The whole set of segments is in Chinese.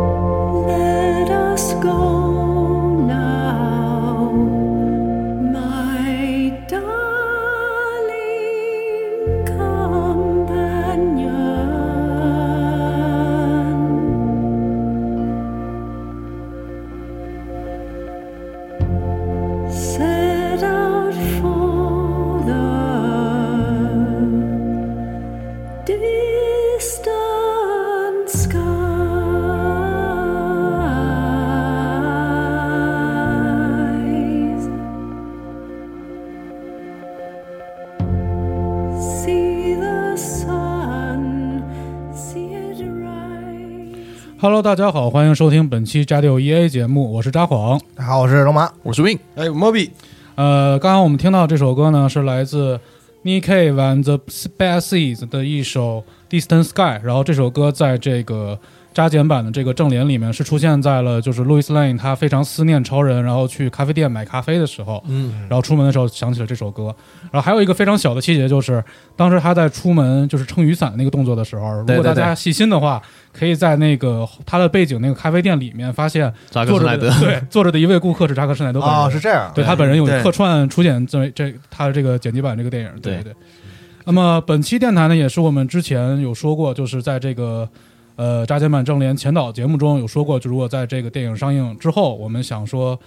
Let us go now, my darling companion. 哈喽，大家好，欢迎收听本期《扎六 EA》节目，我是扎晃。大家好，我是龙马。我是 Win，哎，莫比，呃，刚刚我们听到这首歌呢，是来自 Nick Cave and the Spaces 的一首《Distant Sky》，然后这首歌在这个扎减版的这个正联里面是出现在了就是 Louis Lane 他非常思念超人，然后去咖啡店买咖啡的时候，嗯，然后出门的时候想起了这首歌。然后还有一个非常小的细节，就是当时他在出门就是撑雨伞那个动作的时候，如对果大对家细心的话，可以在那个他的背景那个咖啡店里面发现扎克坐施着耐德的，对坐着的一位顾客是扎克施耐德本人哦，是这样。对对他本人有对客串出演这这他的这个剪辑版这个电影，对对对。那么本期电台呢，也是我们之前有说过，就是在这个呃扎减版正联前导节目中有说过，就如果在这个电影上映之后，我们想说。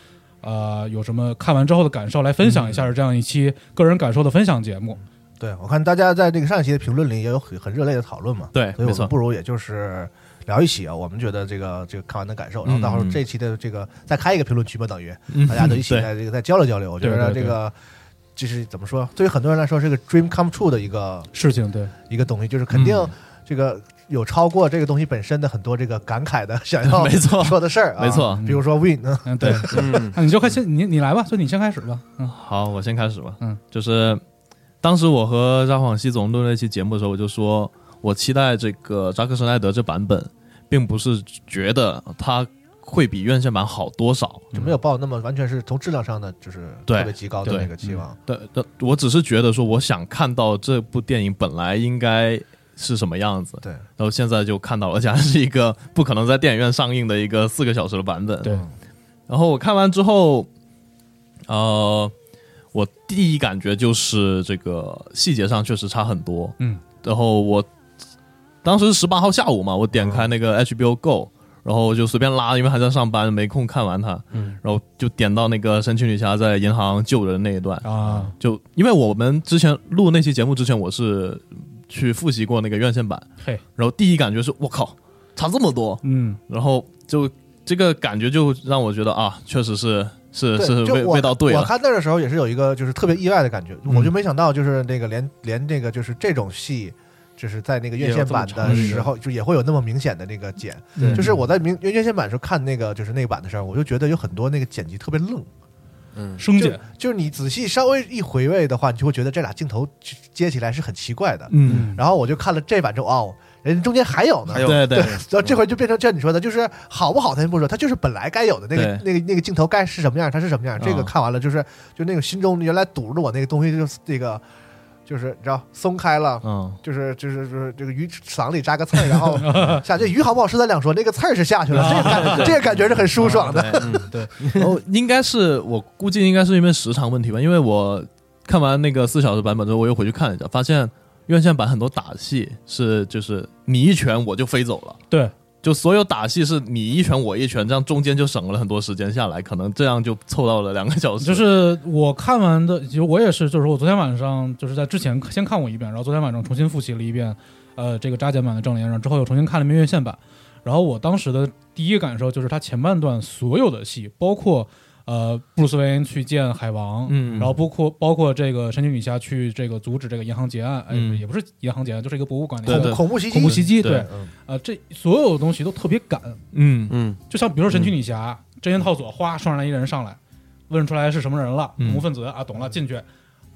呃，有什么看完之后的感受来分享一下，是这样一期个人感受的分享节目。对，我看大家在这个上一期的评论里也有很很热烈的讨论嘛，对所以没我错们不如也就是聊一起啊，我们觉得这个这个看完的感受，嗯然后到时候这期的这个再开一个评论区吧，等于大家都一起对在这个再交流交流。我觉得对对这个就是怎么说，对于很多人来说是个 dream come true 的一个事情对，一个东西，就是肯定嗯这个。有超过这个东西本身的很多这个感慨的想要 没错说的事儿啊，没错比如说 win 啊，嗯对，嗯，那你就开先你你来吧，所以你先开始吧。嗯好，我先开始吧。嗯，就是当时我和扎晃西总录那期节目的时候，我就说我期待这个扎克施耐德这版本，并不是觉得它会比院线版好多少。就没有抱那么完全是从质量上的就是嗯对特别极高的对嗯那个期望，对，对我只是觉得说，我想看到这部电影本来应该是什么样子，对，然后现在就看到了，而且还是一个不可能在电影院上映的一个四个小时的版本。对，然后我看完之后，呃，我第一感觉就是这个细节上确实差很多。嗯，然后我当时十八号下午嘛，我点开那个 HBO Go，、然后我就随便拉，因为还在上班，没空看完它。嗯，然后就点到那个神奇女侠在银行救人那一段，啊，就因为我们之前录那期节目之前，我是去复习过那个院线版，嘿，然后第一感觉是我靠，差这么多，嗯，然后就这个感觉就让我觉得啊，确实是是对 是就味我味道对我了，嗯看那儿的时候也是有一个就是特别意外的感觉，我就没想到就是那个连连这个就是这种戏。就是在那个院线版的时候，就也会有那么明显的那个剪。对就是我在明院院线版的时候看那个就是那个版的时候，我就觉得有很多那个剪辑特别愣，嗯生就解，就是你仔细稍微一回味的话，你就会觉得这俩镜头接起来是很奇怪的。嗯，然后我就看了这版之后，哦，人家中间还有呢，还有对对，然后这回就变成像你说的，就是好不好咱先不说，它就是本来该有的那个那个那个镜头该是什么样，它是什么样。这个嗯看完了就是就那种心中原来堵着我那个东西，就是这个就是你知道松开了。嗯，就是就是就是这个鱼嗓里扎个刺儿，然后下这鱼好不好吃咱两说，那个刺儿是下去啊了，这个感这个感觉是很舒爽的。对，然后应该是我估计应该是因为时长问题吧，因为我看完那个四小时版本之后，我又回去看了一下，发现院线版很多打戏是就是你一拳我就飞走了。对，就所有打戏是你一拳我一拳，这样中间就省了很多时间下来，可能这样就凑到了两个小时。就是我看完的，就我也是，就是我昨天晚上就是在之前先看过一遍，然后昨天晚上重新复习了一遍，呃，这个扎减版的正联，然后之后又重新看了一遍院线版。然后我当时的第一个感受就是，它前半段所有的戏，包括呃布鲁斯韦恩去见海王，嗯然后包括包括这个神奇女侠去这个阻止这个银行劫案，哎，嗯也不是银行劫案，就是一个博物馆的对恐对恐怖袭击，恐怖袭击，对对，嗯呃，这所有的东西都特别赶，嗯嗯就像比如说神奇女侠，真人套索，哗，上来一人上来，问出来是什么人了，嗯恐怖分子啊，懂了，进去，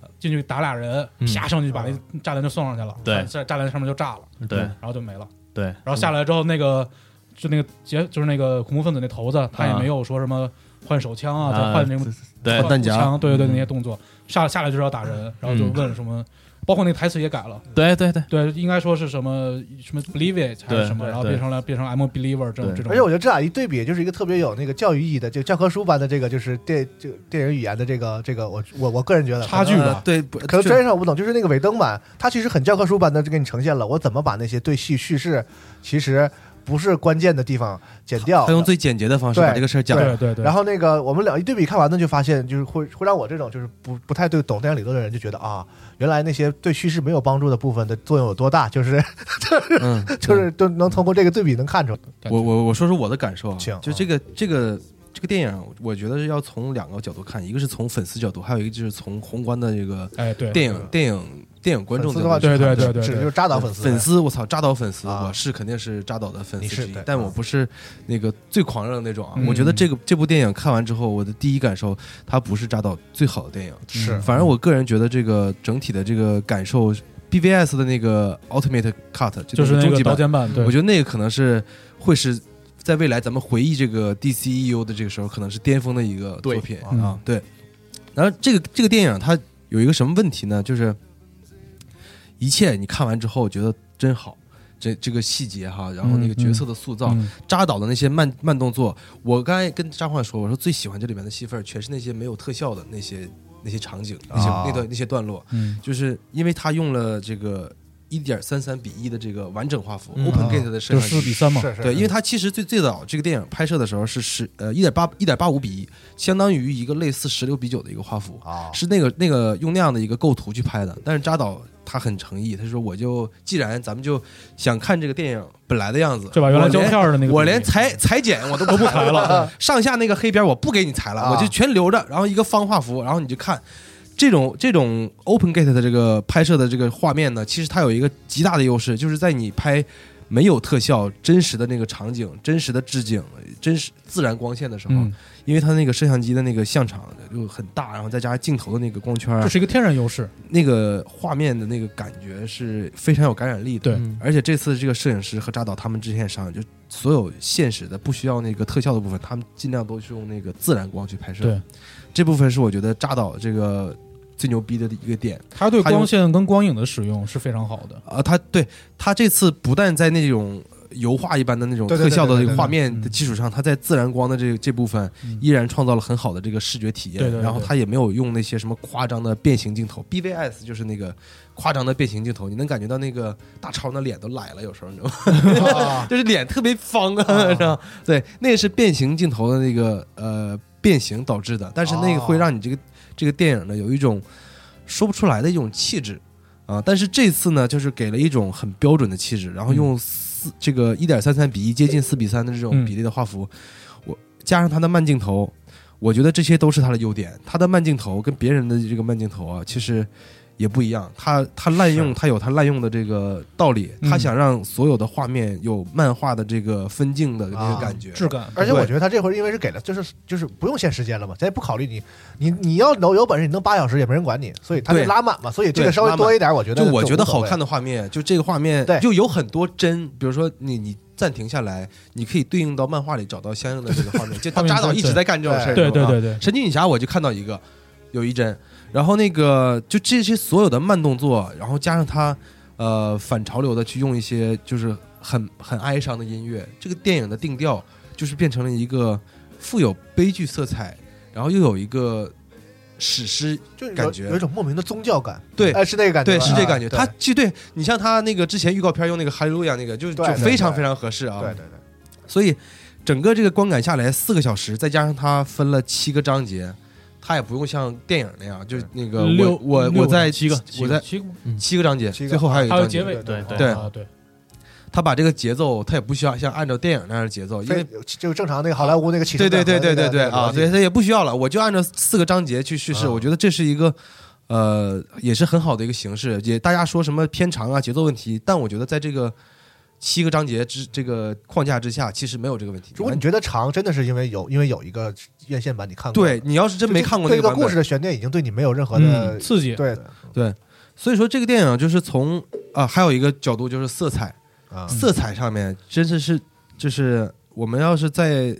呃进去打俩人，嗯啪上去就把那炸弹就送上去了，对在炸弹上面就炸了，嗯对然后就没了，对，然后下来之后那个就那个结就是那个恐怖分子那头子，他也没有说什么换手枪啊，再啊换那种对换弹夹步枪，对对对，那些动作下下来就是要打人，然后就嗯问什么，包括那个台词也改了。对对对，对，应该说是什么什么 believe it 还是对什么，对然后对变成了变成 I'm a believer 这种对这种。而且我觉得这俩一对比，就是一个特别有那个教育意义的，就教科书般的这个，就是电就电影语言的这个这个，我我我个人觉得差距吧呃对，不可能就专业上我不懂，就是那个尾灯版，它其实很教科书般的就给你呈现了我怎么把那些对戏叙事其实不是关键的地方剪掉他。用最简洁的方式对把这个事儿讲。对对对，然后那个我们俩一对比看完呢，就发现就是会会让我这种就是不不太对懂电影理论的人就觉得啊，原来那些对叙事没有帮助的部分的作用有多大，就是嗯， 就是都能通过这个对比能看出来。感觉我我我说说我的感受啊请，就这个这个这个电影，我觉得是要从两个角度看，一个是从粉丝角度，还有一个就是从宏观的这个哎对，电影电影电影观众粉丝的话，角对度对对只只就是扎导粉丝，粉丝，我操，扎导粉丝，啊我是肯定是扎导的粉你丝是之一对，啊但我不是那个最狂热的那种啊嗯。我觉得这个这部电影看完之后，我的第一感受，它不是扎导最好的电影，嗯是反正我个人觉得这个整体的这个感受，BVS 的那个 Ultimate Cut 就是那终个极刀版，尖版，对我，觉得那个可能是会是在未来咱们回忆这个 DCEU 的这个时候，可能是巅峰的一个作对品嗯啊。对，然后这个这个电影它有一个什么问题呢？就是一切你看完之后觉得真好。这这个细节哈，然后那个角色的塑造，嗯扎导的那些慢慢动作，我刚才跟张焕说，我说最喜欢这里面的戏份儿，全是那些没有特效的那些那些场景，那些、啊那段那些段落，嗯就是因为他用了这个一点三三比一的这个完整画幅、嗯 o p e n g a t e 的摄就像是四机比三嘛，嗯是是对，因为它其实最最早这个电影拍摄的时候是十呃一点八一点八五比一，相当于一个类似十六比九的一个画幅，啊是那个那个用那样的一个构图去拍的。但是扎导他很诚意，他说我就既然咱们就想看这个电影本来的样子，就把原来胶片的那个比例，我连裁裁剪我都不裁 了，上下那个黑边我不给你裁了，啊我就全留着，然后一个方画幅，然后你就看。这种这种 open gate 的这个拍摄的这个画面呢，其实它有一个极大的优势，就是在你拍没有特效、真实的那个场景、真实的置景、真实自然光线的时候，嗯，因为它那个摄像机的那个像场就很大，然后再加上镜头的那个光圈儿，这是一个天然优势，那个画面的那个感觉是非常有感染力的。对嗯而且这次这个摄影师和扎导他们之前也商量，就所有现实的不需要那个特效的部分，他们尽量都是用那个自然光去拍摄。对，这部分是我觉得扎导这个最牛逼的一个点。它对它用光线跟光影的使用是非常好的，啊，他对他这次不但在那种油画一般的那种对对特对效的对这对个对嗯画面的基础上，他在自然光的这这部分嗯依然创造了很好的这个视觉体验。对对对然后他也没有用那些什么夸张的变形镜头，BVS 就是那个夸张的变形镜头，你能感觉到那个大超那脸都崴了，有时候你知道吗？啊 就是脸特别方啊， 是吧？对，那个是变形镜头的那个呃变形导致的，但是那个哦会让你这个这个电影呢有一种说不出来的一种气质啊。但是这次呢，就是给了一种很标准的气质，然后用四、这个一点三三比一接近四比三的这嗯种比例的画幅，我加上它的慢镜头，我觉得这些都是它的优点。它的慢镜头跟别人的这个慢镜头啊，其实也不一样。他他滥用，他有他滥用的这个道理，啊嗯他想让所有的画面有漫画的这个分镜的啊那个感觉。质感，而且我觉得他这回因为是给了，就是就是不用限时间了嘛，咱也不考虑你，你你要能有本事，你弄八小时也没人管你，所以他就对拉满嘛，所以这个对稍微拉满多一点，我觉得就我觉得无所好谓看的画面，就这个画面对，就有很多帧，比如说你你暂停下来，你可以对应到漫画里找到相应的这个画面。就画他面扎导帧一直在干这种事儿，对你知对道吗对对，神奇女侠我就看到一个，有一帧，然后那个就这些所有的慢动作，然后加上他呃反潮流的去用一些就是很很哀伤的音乐，这个电影的定调就是变成了一个富有悲剧色彩，然后又有一个史诗，就有感觉有一种莫名的宗教感，对哎，是那个感觉吧，对，是这感觉。啊他其实对你像他那个之前预告片用那个哈利路亚那个，就就对对非常对非常合适啊。对对对对，所以整个这个观感下来四个小时，再加上它分了七个章节，它也不用像电影那样，就是那个六我我六我在七个七我个在七个吗七个章节，七个最后还有一还有章结节。尾，对对对啊对，他把这个节奏，他也不需要像按照电影那样的节奏，因非为就正常那个好莱坞那个起对对对对对对对啊，对，他也不需要了，我就按照四个章节去叙事，啊我觉得这是一个。呃，也是很好的一个形式，也大家说什么偏长啊、节奏问题，但我觉得在这个七个章节之这个框架之下，其实没有这个问题。如果你觉得长，真的是因为有因为有一个院线版你看过，对你要是真没看过这这那个个版本故事的悬念已经对你没有任何的嗯刺激，对所以说这个电影就是从啊，还有一个角度就是色彩，啊色彩上面真的是就是我们要是在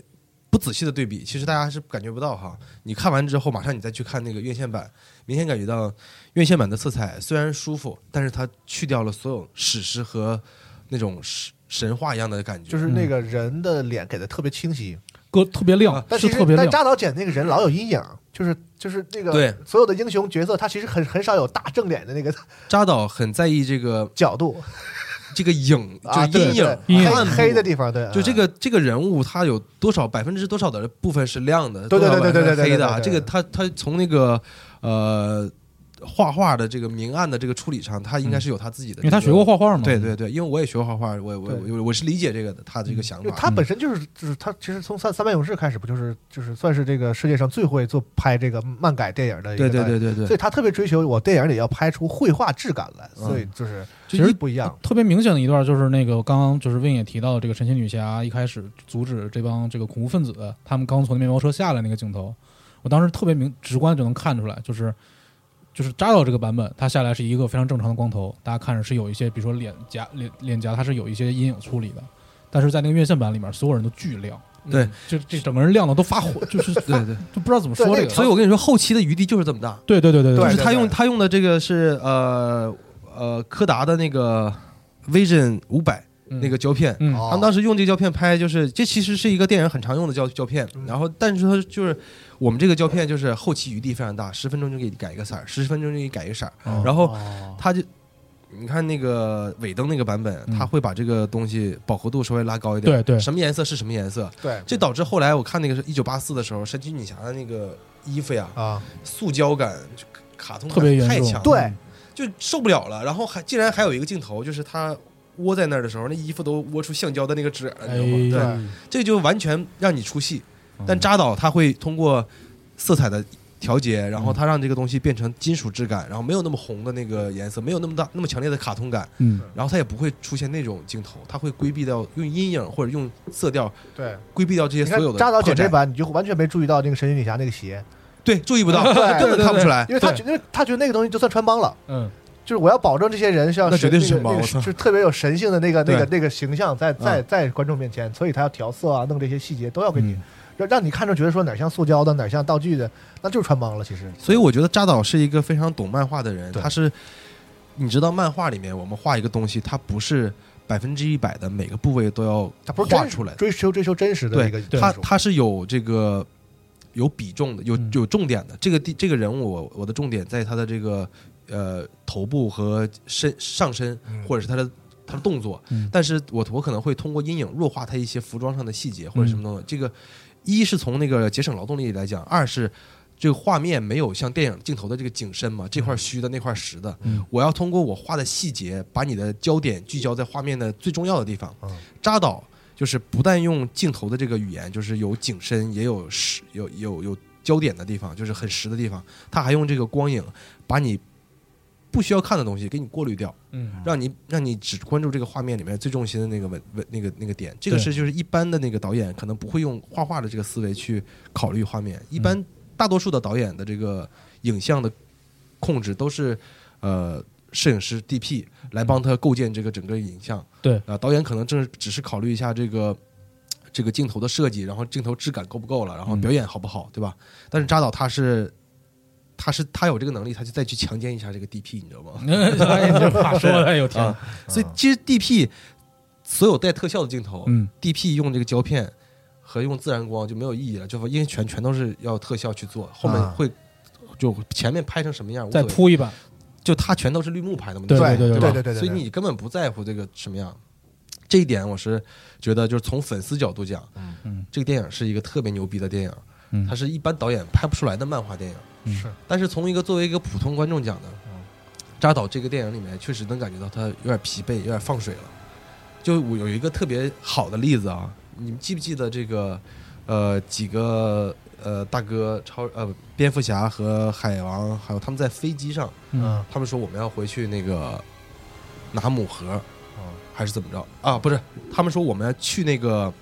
不仔细的对比，其实大家是感觉不到哈。你看完之后，马上你再去看那个院线版，明显感觉到院线版的色彩虽然舒服，但是它去掉了所有史诗和那种神神话一样的感觉，就是那个人的脸给的特别清晰，歌特别亮啊，但是其实特别但亮，扎导剪那个人老有阴影，就是就是那个对所有的英雄角色，他其实很很少有大正脸的那个扎导很在意这个角度，这个影，就啊是对阴影、阴影黑暗部黑的地方，对，就这啊个这个人物，他有多少百分之多少的部分是亮的，对对对对对对对多少百分是黑的啊？对这对对个他他从那个呃画画的这个明暗的这个处理上，他嗯应该是有他自己的、因为他学过。画画嘛，嗯对对对，因为我也学过画画，我我对嗯我我是理解这个的，他的这个想就法。他本身就是就是他，其实从三三百勇士开始，不就是就是算是这个世界上最会做拍这个漫改电影的一对个对导演，对对对所对，以他特别追求我电影里要拍出绘画质感来，所以嗯就是其实不一样。特别明显的一段就是那个刚刚就是 Win 也提到，这个神奇女侠一开始阻止这帮这个恐怖分子，他们刚从面包车下来那个镜头，我当时特别明直观就能看出来，就是就是扎导这个版本，他下来是一个非常正常的光头，大家看着是有一些，比如说脸颊脸脸颊它是有一些阴影处理的，但是在那个院线版里面，所有人都巨亮，对嗯，就这整个人亮的都发火，就是对对，就不知道怎么说对那这个个，所以我跟你说，后期的余地就是这么大，对对对对就对是他用对他用的这个是呃呃柯达的那个 Vision 五百那个胶片，嗯哦他们当时用这个胶片拍，就是这其实是一个电影很常用的胶胶片，嗯然后但是它就是我们这个胶片就是后期余地非常大，十分钟就给你改一个色儿，十分钟就给你改一个色儿，哦然后他就。你看那个尾灯那个版本，嗯他会把这个东西饱和度稍微拉高一点，对对什么颜色是什么颜色，对，这导致后来我看那个是一九八四的时候，神奇女侠的那个衣服呀，啊，塑胶感就卡通感特别严太重强了，对，就受不了了。然后还竟然还有一个镜头，就是他窝在那儿的时候，那衣服都窝出橡胶的那个褶了，哎你知道吗？对，呀，这就完全让你出戏嗯。但扎导他会通过色彩的调节，然后他让这个东西变成金属质感，然后没有那么红的那个颜色，没有那么大那么强烈的卡通感，嗯，然后他也不会出现那种镜头，他会规避掉用阴影或者用色调对，规避掉这些你所看有的扎导剪破绽这版，你就完全没注意到那个神奇女侠那个鞋，对注意不到， 对根本看不出来因。为他对觉因为他觉得那个东西就算穿帮了。嗯，就是我要保证这些人是要那绝对是神神包那个我操就是特别有神性的那个那个对嗯那个形象在在在观众面前，所以他要调色啊，弄这些细节都要给你嗯，让让你看着觉得说哪儿像塑胶的，哪儿像道具的，那就是穿帮了。其实所以我觉得扎导是一个非常懂漫画的人，对他是你知道漫画里面我们画一个东西，它不是百分之一百的每个部位都要他不是画真出来的。追求追求真实的一个对他技术他是有这个有比重的，有嗯有重点的。这个地这个人物，我我的重点在他的这个呃头部和身上身，或者是他的他的动作。嗯但是我我可能会通过阴影弱化他一些服装上的细节或嗯者什么东西。这个一是从那个节省劳动力来讲，二是。这个画面没有像电影镜头的这个景深嘛，这块虚的，那块实的。嗯我要通过我画的细节，把你的焦点聚焦在画面的最重要的地方。嗯扎导就是不但用镜头的这个语言，就是有景深，也有实，有有有焦点的地方，就是很实的地方。他还用这个光影把你不需要看的东西给你过滤掉，嗯让你让你只关注这个画面里面最重心的那个文文那个那个点。这个对是就是一般的那个导演可能不会用画画的这个思维去考虑画面，一嗯般大多数的导演的这个影像的控制都是呃摄影师 DP 来帮他构建这个整个影像。对啊、导演可能正只是考虑一下这个这个镜头的设计，然后镜头质感够不够了，然后嗯表演好不好，对吧？但是扎导他是。他是他有这个能力，他就再去强奸一下这个 DP，你知道吗？哎，你这话说的，哎 呦天啊，，所以其实 DP 所有带特效的镜头、嗯 d p 用这个胶片和用自然光就没有意义了，就因为全全都是要特效去做，后面啊会、就前面拍成什么样无所再谓，铺一把，就它全都是绿幕拍的嘛，对吧对对对吧对对对所以你根本不在乎这个什么样。这一点我是觉得，就是从粉丝角度讲，嗯这个电影是一个特别牛逼的电影，嗯它是一般导演拍不出来的漫画电影。是但是从一个作为一个普通观众讲呢，扎导这个电影里面确实能感觉到他有点疲惫，有点放水了。就我有一个特别好的例子啊，你们记不记得这个呃几个呃大哥超呃蝙蝠侠和海王，还有他们在飞机上，嗯嗯他们说我们要回去那个拿母盒啊嗯，还是怎么着啊？不是，他们说我们要去那个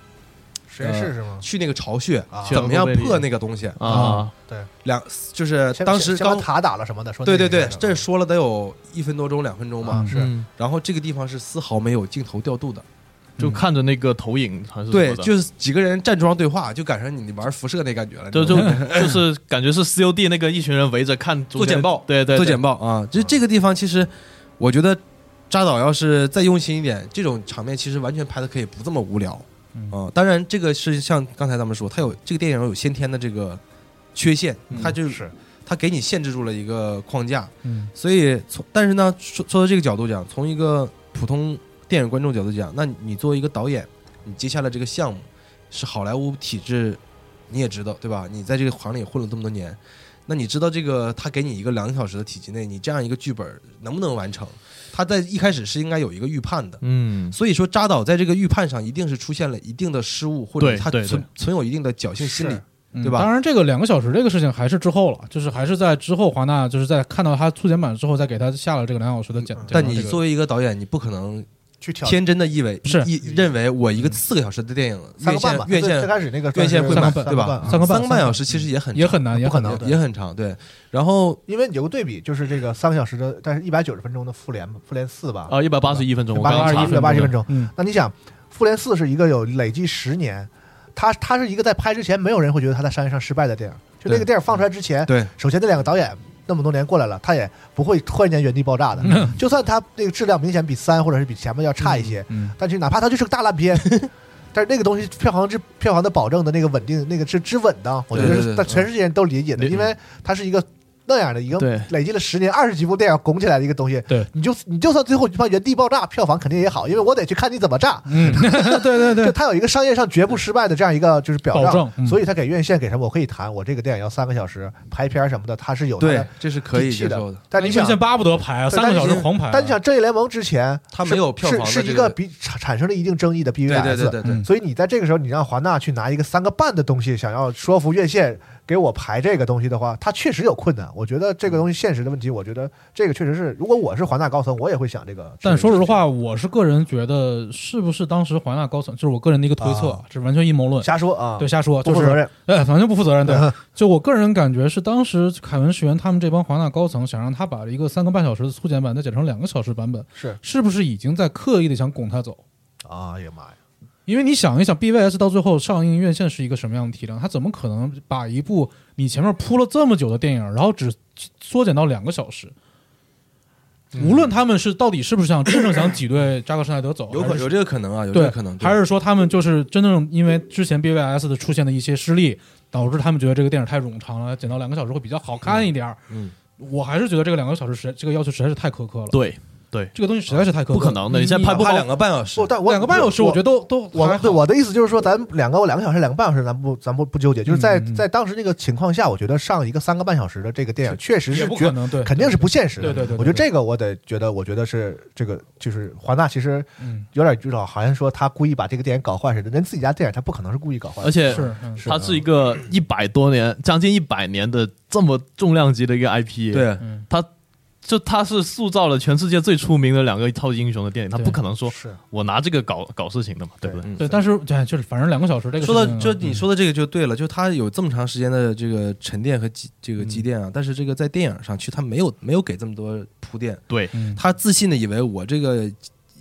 实验呃室是吗？去那个巢穴啊，去怎么样去破那个东西？啊，两就是先呃当时先把刚塔打了什么的，说对对对，这这说了得有一分多钟、两分钟吧。啊是嗯然后这个地方是丝毫没有镜头调度的，就看着那个投影还是什对么，的就是几个人站桩对话，就赶上你玩辐射那感觉了， 就你知就道吗就是感觉是 COD 那个一群人围着看中做间简报对对做对简报啊。就这个地方，其实我觉得扎导要是再用心一点，这种场面其实完全拍的可以不这么无聊嗯啊。当然，这个是像刚才咱们说，它有这个电影有先天的这个缺陷，它就是它给你限制住了一个框架，嗯所以从但是呢，说说到这个角度讲，从一个普通电影观众角度讲，那你作为一个导演，你接下来这个项目是好莱坞体制，你也知道对吧？你在这个行里混了这么多年，那你知道这个他给你一个两个小时的体系内，你这样一个剧本能不能完成？他在一开始是应该有一个预判的。嗯所以说，扎导在这个预判上一定是出现了一定的失误，或者对他对存对存有一定的侥幸心理是。嗯对吧当然，这个两个小时这个事情还是之后了，就是还是在之后，华纳就是在看到他粗剪版之后，再给他下了这个两小时的剪。嗯这个但你这个作为一个导演，你不可能去挑天真的意味是一认为我一个四个小时的电影，三院个半线吧，院最最线开始那个院线会三满版个 对吧半啊三个半三个半小时其实也很也很难，也不可很能难。对也很长，对。然后因为有个对比，就是这个三个小时的，但是一百九十分钟的复联，复联四吧，啊一百八十一分钟，我八刚刚十一查八十一分钟。 嗯，那你想，复联四是一个有累计十年，它它是一个在拍之前没有人会觉得它在商业上失败的电影，就那对个电影放出来之前，对首先那两个导演那么多年过来了，他也不会突然间原地爆炸的，就算他那个质量明显比三或者是比前面要差一些，嗯嗯但是哪怕它就是个大烂片。但是那个东西票房之票房的保证的那个稳定，那个是之稳当，我觉得对对是对嗯在全世界人都理解的，对因为它是一个那样的一个对累积了十年二十几部电影拱起来的一个东西，对，你就你就算最后你把原地爆炸，票房肯定也好，因为我得去看你怎么炸。嗯，对对就对，它有一个商业上绝不失败的这样一个就是表保障，证嗯所以它给院线给什么我可以谈，我这个电影要三个小时拍片儿什么的，它是有它对的，这是可底以气接受的的。。但你现想在，巴不得排啊，对三个小时狂排啊。但你想《正义联盟》之前它是没有票房的是是这一个个比产产生了一定争议的 BVS，对对对对对，嗯所以你在这个时候，你让华纳去拿一个三个半的东西，想要说服院线给我排这个东西的话，它确实有困难。我觉得这个东西现实的问题，我觉得这个确实是，如果我是华纳高层，我也会想这个。但说实，话，我是个人觉得，是不是当时华纳高层，就是我个人的一个推测啊，这完全阴谋论，瞎说啊，对，瞎说，不就负是责任。嗯哎，反正不负责任。对对，就我个人感觉是，当时凯文史源他们这帮华纳高层想让他把一个三个半小时的粗剪版再剪成两个小时版本，是是不是已经在刻意的想拱他走？啊，哎呀妈呀，因为你想一想，BVS 到最后上映院线是一个什么样的体量？他怎么可能把一部你前面铺了这么久的电影，然后只缩减到两个小时？嗯无论他们是到底是不是想真正想挤兑扎克施耐德走，有还可是有这个可能啊，有这对个可能。对还是说他们就是真正因为之前 BVS 的出现的一些失利，导致他们觉得这个电影太冗长了，剪到两个小时会比较好看一点儿。嗯我还是觉得这个两个小时实这个要求实在是太苛刻了，对这个东西实在是太苛刻了，不可能的你你现在你拍哪不怕好两个半小时不，，但我两个半小时，我觉得都都我还们好对我的意思就是说，咱两个两个小时、两个半小时，咱不咱不不纠结，就是在嗯嗯在当时那个情况下，我觉得上一个三个半小时的这个电影确实也是不绝可能，对，肯定是不现实的。对对对对我觉得这个我得觉得，我觉得是这个就是华纳其实嗯有点知道，好像说他故意把这个电影搞坏似的，人自己家电影他不可能是故意搞坏而。且是嗯它是一个一百多年将近一百年的这么重量级的一个 IP，对，嗯它就他是塑造了全世界最出名的两个超级英雄的电影，他对不可能说是我拿这个搞搞事情的嘛，对不对？对，但是对，就是反正两个小时这个说到事情啊就你说的这个就对了，就他有这么长时间的这个沉淀和积这个积淀啊，但是这个在电影上去他没有没有给这么多铺垫，对，嗯他自信的以为我这个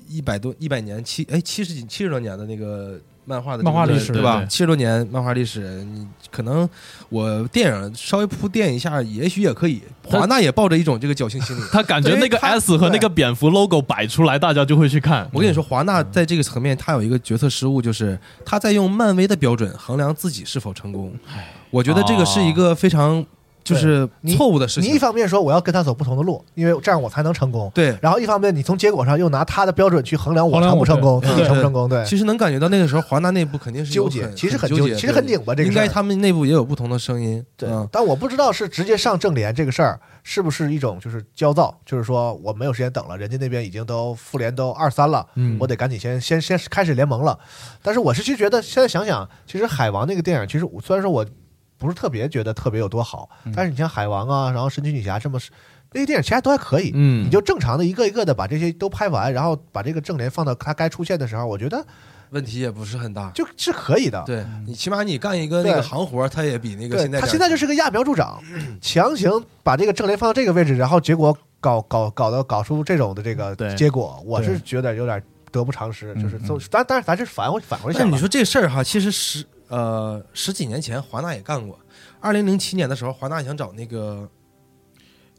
一百多一百年七哎七十几七十多年的那个漫画的漫画这个历史对吧对？七十多年漫画历史，你可能我电影稍微铺垫一下，也许也可以。但华纳也抱着一种这个侥幸心理。他感觉那个对他 S 和那个蝙蝠 logo 摆出来，大家就会去看。我跟你说，华纳在这个层面，他有一个决策失误，就是他在用漫威的标准衡量自己是否成功。我觉得这个是一个非常就是你错误的事你一情。方面说我要跟他走不同的路，因为这样我才能成功。对，然后一方面，你从结果上又拿他的标准去衡量我衡量成我不成 功，对自己成不成功，对，其实能感觉到那个时候华纳内部肯定是有纠结很其实很很纠纠结其实很拧巴这个应该事儿他们内部也有不同的声音。对嗯，但我不知道是直接上正联这个事儿是不是一种就是焦躁，就是说我没有时间等了，人家那边已经都复联都二三了，嗯我得赶紧先先先开始联盟了。但是我是去觉得现在想想，其实海王那个电影，其实我虽然说我不是特别觉得特别有多好，嗯但是你像海王啊，然后神奇女侠这么那个电影其实还都还可以，嗯你就正常的一个一个的把这些都拍完，然后把这个正联放到它该出现的时候，我觉得问题也不是很大。就是可以的。对你起码你干一个那对个行活儿，他也比那个对现在他点儿现在就是个揠苗助长，强行把这个正联放到这个位置，然后结果搞搞搞到搞出这种的这个对结果，我对是觉得有点得不偿失。就是嗯就咱但是咱是反回反回但想你吧，说这事儿哈，其实十呃十几年前华纳也干过。二零零七年的时候，华纳想找那个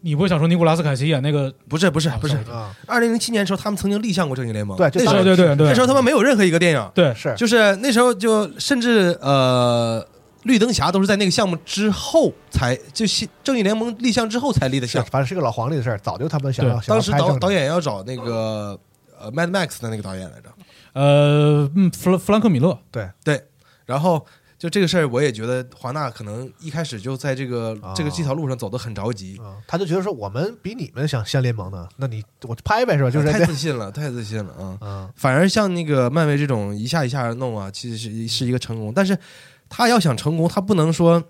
你不会想说尼古拉斯凯奇演那个不是不是啊不是上一，啊，二零零七年的时候，他们曾经立项过正义联盟。对，，就对当然哦对对对那时候他们没有任何一个电影，对是就是那时候就甚至呃，绿灯侠都是在那个项目之后才就新正义联盟立项之后才立的是，项。反正是个老黄历的事儿，早就他们想对要想当要时拍导正导演要找那个呃 Mad Max 的那个导演来着，呃嗯弗兰弗兰克米勒，对对，然后。就这个事儿，我也觉得华纳可能一开始就在这个、啊这个这条路上走得很着急，啊，他就觉得说我们比你们想先联盟呢，那你我拍呗是吧？就是太这自信了，太自信了啊！嗯嗯反而像那个漫威这种一下一下弄啊，其实是是一个成功，但是他要想成功，他不能说，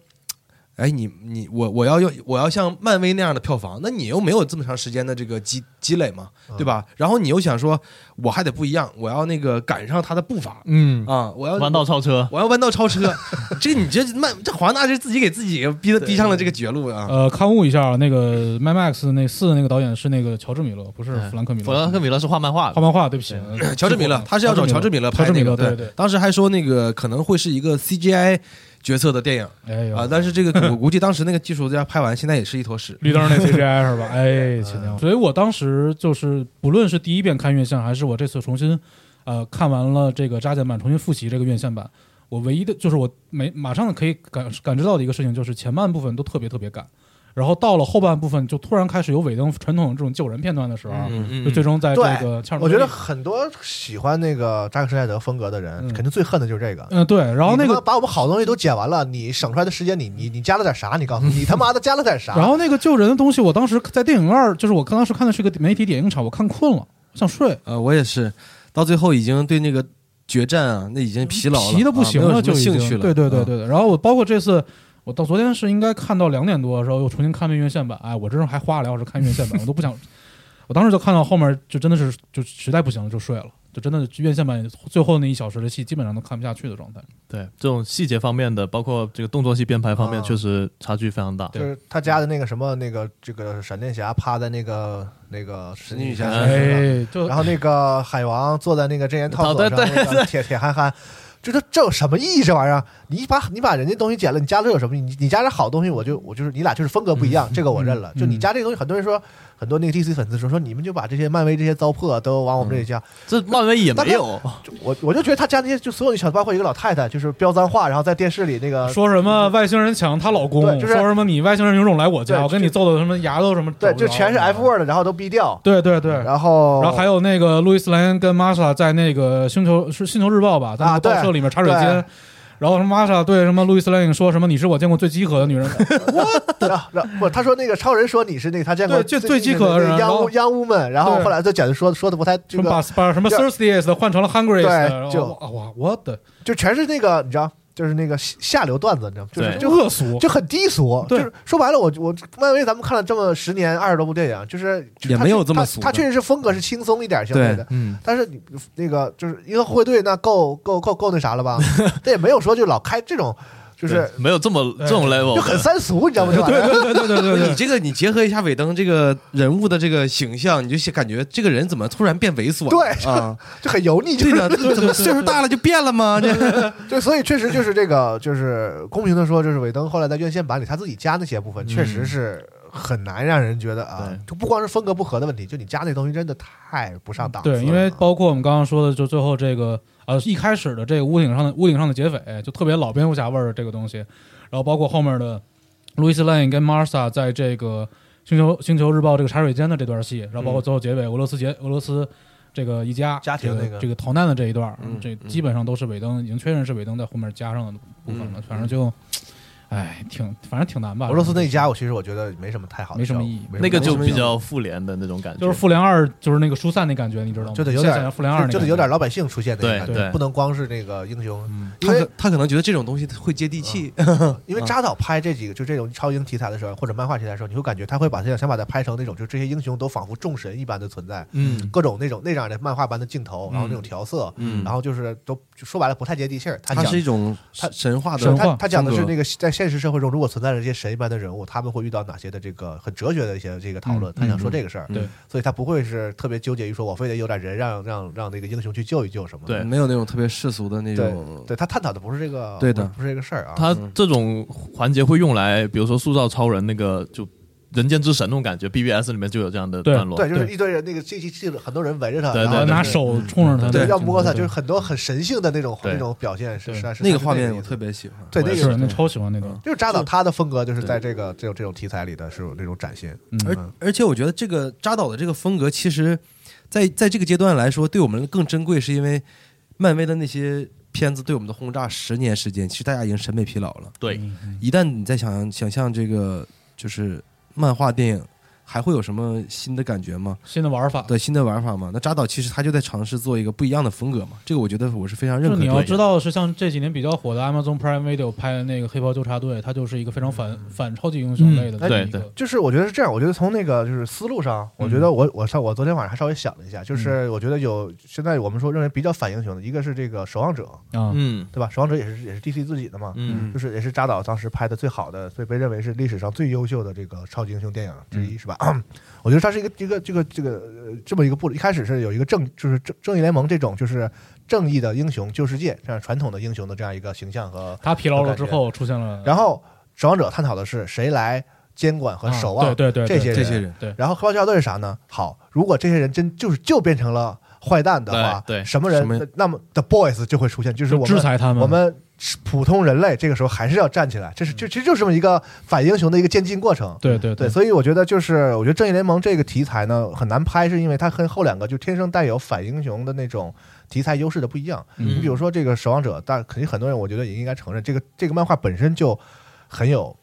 哎，你你我我要用我要像漫威那样的票房，那你又没有这么长时间的这个积积累嘛，对吧？然后你又想说，我还得不一样，我要那个赶上他的步伐嗯，啊，我要弯道。超车，我要弯道超车， 这你这漫这华纳是自己给自己逼的逼上了这个绝路啊！呃，刊物一下啊那个 Mad Max 那四的那个导演是那个乔治米勒，不是嗯弗兰克米勒，弗兰克米勒是画漫画画的，漫画，对不起，呃乔治米勒，他是要找乔治米勒乔拍治那米个，勒，对对，当时还说那个可能会是一个 CGI 角色的电影，哎呦啊，但是这个我估计当时那个技术家拍完，现在也是一坨屎。绿灯那 CGI 是吧？哎，亲娘！所以我当时就是，不论是第一遍看院线，还是我这次重新，呃，看完了这个扎减版，重新复习这个院线版，我唯一的就是我没马上可以感感知到的一个事情，就是前半部分都特别特别赶，然后到了后半部分就突然开始有尾灯传统这种救人片段的时候，嗯就最终在这对个恰尔诺我贝利觉得很多喜欢那个扎克施奈德风格的人，嗯肯定最恨的就是这个。嗯、对，然后那你他妈个。把我们好东西都剪完了，你省出来的时间你，你你加了点啥？你告诉我，你他妈的加了点啥？然后那个救人的东西，我当时在电影院儿，就是我当时看的是一个媒体点映场，我看困了，我想睡，呃，我也是，到最后已经对那个决战啊，那已经疲劳了，皮的嗯不行啊没有了，什就么已经兴趣了。对对对啊，对对。然后我包括这次，我到昨天是应该看到两点多的时候，又重新看了院线版。哎，我真是还花了两小时看院线版，我都不想。 我当时就看到后面就真的是就实在不行了就睡了，就真的院线版最后那一小时的戏基本上都看不下去的状态。对这种细节方面的，包括这个动作戏编排方面，啊确实差距非常大。就是他家的那个什么那个这个闪电侠趴在那个那个神奇女侠神身上，哎，就然后那个海王坐在那个真言套索对上，对那个铁铁憨憨。就是这有什么意义？这玩意儿，你把你把人家东西剪了，你加这有什么意义？你你加点好东西，我就我就是你俩就是风格不一样，这个我认了。嗯就你加这个东西，很多人说，很多那个 DC 粉丝说说你们就把这些漫威这些糟粕都往我们这里加，嗯这漫威也没有，就我我就觉得他家那些就所有的小，包括一个老太太，就是飙脏话，然后在电视里那个说什么外星人抢她老公，对就是说什么你外星人有种来我家，对我跟你就揍的什么牙都什么找对，不着，就全是啊 F word，然后都逼掉，对对对。然后然后还有那个路易斯莱恩跟玛莎在那个星球是星球日报吧，在那啊个对报社里面茶水间，对然后什么玛莎对什么路易斯莱恩说什么你是我见过最饥渴的女人， 然后然后不，他说那个超人说你是那个他见过对最最饥饥渴的人然央后乌央乌们，然后对后来就简直说说的不太这什么把个，把什么这 thirstiest 换成了 hungriest，对然后就哇哇我的就全是那个你知道就是那个下下流段子，你知道吗？就是对就恶俗，就很低俗。对就是说白了，我我漫威咱们看了这么十年二十多部电影，就是也没有这么他俗他的确实是风格是轻松一点相对的。嗯，但是你那个就是银河护卫队，那够够够够那啥了 吧？这也没有说就老开这种，就是对没有这么呃这种 level，就 很的三俗，你知道吗？这玩意对儿对对对对你对，这个，你结合一下尾灯这个人物的这个形象，你就感觉这个人怎么突然变猥琐了？对啊，就很油腻，就对是的，怎么岁数大了就变了吗？这 对，所以确实就是这个，就是公平的说，就是尾灯后来在院线版里他自己加那些部分，确嗯实是很难让人觉得啊对，就不光是风格不合的问题，就你加那东西真的太不上档次了。啊对，因为包括我们刚刚说的，就最后这个呃一开始的这个屋顶上的屋顶上的劫匪，就特别老蝙蝠侠味儿的这个东西，然后包括后面的路易斯 n e 跟 Martha 在这个星球星球日报这个茶水间的这段戏，然后包括最后结尾俄罗斯结俄罗斯。这个一家嗯家庭这那个这个逃难的这一段儿，嗯这嗯基本上都是尾灯已经确认是尾灯在后面加上的部分了。反正就，哎，挺反正挺难吧。嗯俄罗斯那一家，我其实我觉就没什么太好的没什么效果意义没什么那个没就什么比意义较复联的那种感觉，就是复联二就是那个疏散那感觉，你知道吗？就得有现在点想复联二那嗯就得感有觉点老百姓出现那对个感对觉，不能光是那个英雄，因他为可他可能觉得这种东西会接地气，嗯因为扎导拍这几个就这种超英题材的时候，或者漫画题材的时候，你会感觉他会把他想把它拍成那种，就这些英雄都仿佛众神一般的存在，嗯各种那种那样的漫画般的镜头，然后那种调色，嗯然后就是都就说白了不太接地气儿。他它讲是一种他神话神的话他他讲的是风格那个在现实社会中，如果存在着这些神一般的人物，他们会遇到哪些的这个很哲学的一些这个讨论。嗯他想说这个事儿，对，所以他不会是特别纠结于说我非得有点人让让让那个英雄去救一救什么的。对没有那种特别世俗的那种对，对，他探讨的不是这个，对的不是这个事儿啊。他这种环节会用来，比如说塑造超人那个就人间之神那种感觉，BBS 里面就有这样的段落，对，就是对一堆人，那个这这这很多人围着他，对然后对呃对拿就是手冲着他，对要摸他，对就是很多很神性的那种对那种表现，是对是是那个画面，我我特别喜欢。对那我个也是那超喜欢那段，就是扎导他的风格，就是在这个这种这种题材里的是有那种展现。嗯，而而且我觉得这个扎导的这个风格，其实在在这个阶段来说，对我们更珍贵，是因为漫威的那些片子对我们的轰炸十年时间，其实大家已经审美疲劳了。对嗯一旦你再想想象这个就是漫画电影，还会有什么新的感觉吗？新的玩法。对新的玩法吗？那扎导其实他就在尝试做一个不一样的风格嘛，这个我觉得我是非常认就可你的。要知道，是像这几年比较火的 Amazon Prime Video 拍的那个《黑豹纠察队》，它就是一个非常反嗯反超级英雄类的哎这么一对个，就是我觉得是这样，我觉得从那个就是思路上，嗯我觉得我我上我昨天晚上还稍微想了一下，就是我觉得有现在我们说认为比较反英雄的，一个是这个守望者，啊，嗯对吧？守望者也是也是 DC 自己的嘛，嗯就是也是扎导当时拍的最好的，所以被认为是历史上最优秀的这个超级英雄电影之一，是吧？ 我觉得它是一个一个这个这个呃这么一个步骤，一开始是有一个正就是正正义联盟这种就是正义的英雄救世界这样传统的英雄的这样一个形象和，他疲劳了之后出现了，然后守望者探讨的是谁来监管和啊守望、对对对这些对这些人，对然后黑豹教队是啥呢？好，如果这些人真就是就变成了坏蛋的话，对对什么人什么那么 The Boys 就会出现，就是就我制们裁他们，嗯我们普通人类这个时候还是要站起来，这是就其实就是这么一个反英雄的一个渐进过程。对对对，所以我觉得就是，我觉得正义联盟这个题材呢很难拍，是因为它跟后两个就天生带有反英雄的那种题材优势的不一样。嗯你比如说这个《守望者》，但肯定很多人我觉得也应该承认，这个这个漫画本身就很有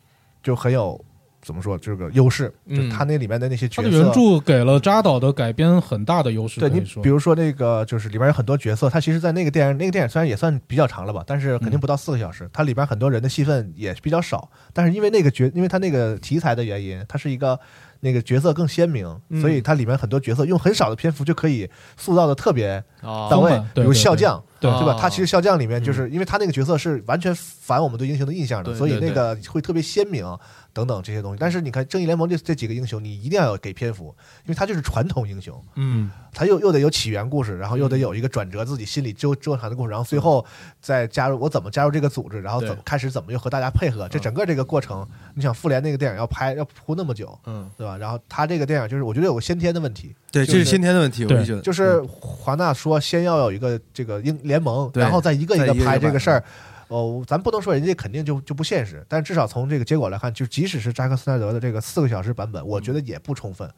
就很有怎么说这个优势，就是它那里面的那些角他色嗯的原著给了扎导的改编很大的优势，对可你以说比如说那个，就是里边有很多角色，它其实，在那个电影，那个电影虽然也算比较长了吧，但是肯嗯定不到四个小时，它里边很多人的戏份也比较少，但是因为那个角，因为它那个题材的原因，它是一个那个角色更鲜明，嗯所以它里面很多角色用很少的篇幅就可以塑造的特别到哦，当位丰满，比对如对笑对匠。对对吧哦？嗯他其实笑匠里面就是因为他那个角色是完全反我们对英雄的印象的，对所以对对那个会特别鲜明等等这些东西。但是你看正义联盟这这几个英雄，你一定要给篇幅，因为他就是传统英雄，嗯，他又又得有起源故事，然后又得有一个转折，自己心里纠纠缠的故事，然后最后再加入我怎么加入这个组织，然后怎么对嗯开始怎么又和大家配合，这整个这个过程，你想复联那个电影要拍要铺那么久，嗯，对吧？然后他这个电影就是我觉得有个先天的问题，对，就这是是先天的问题，我对就觉得就是华纳说先要有一个这个英联盟，对然后再一个一再个一个一个拍这版个事儿。哦，咱不能说人家肯定就就不现实，但至少从这个结果来看，就即使是扎克斯奈德的这个四个小时版本，我觉得也不充分。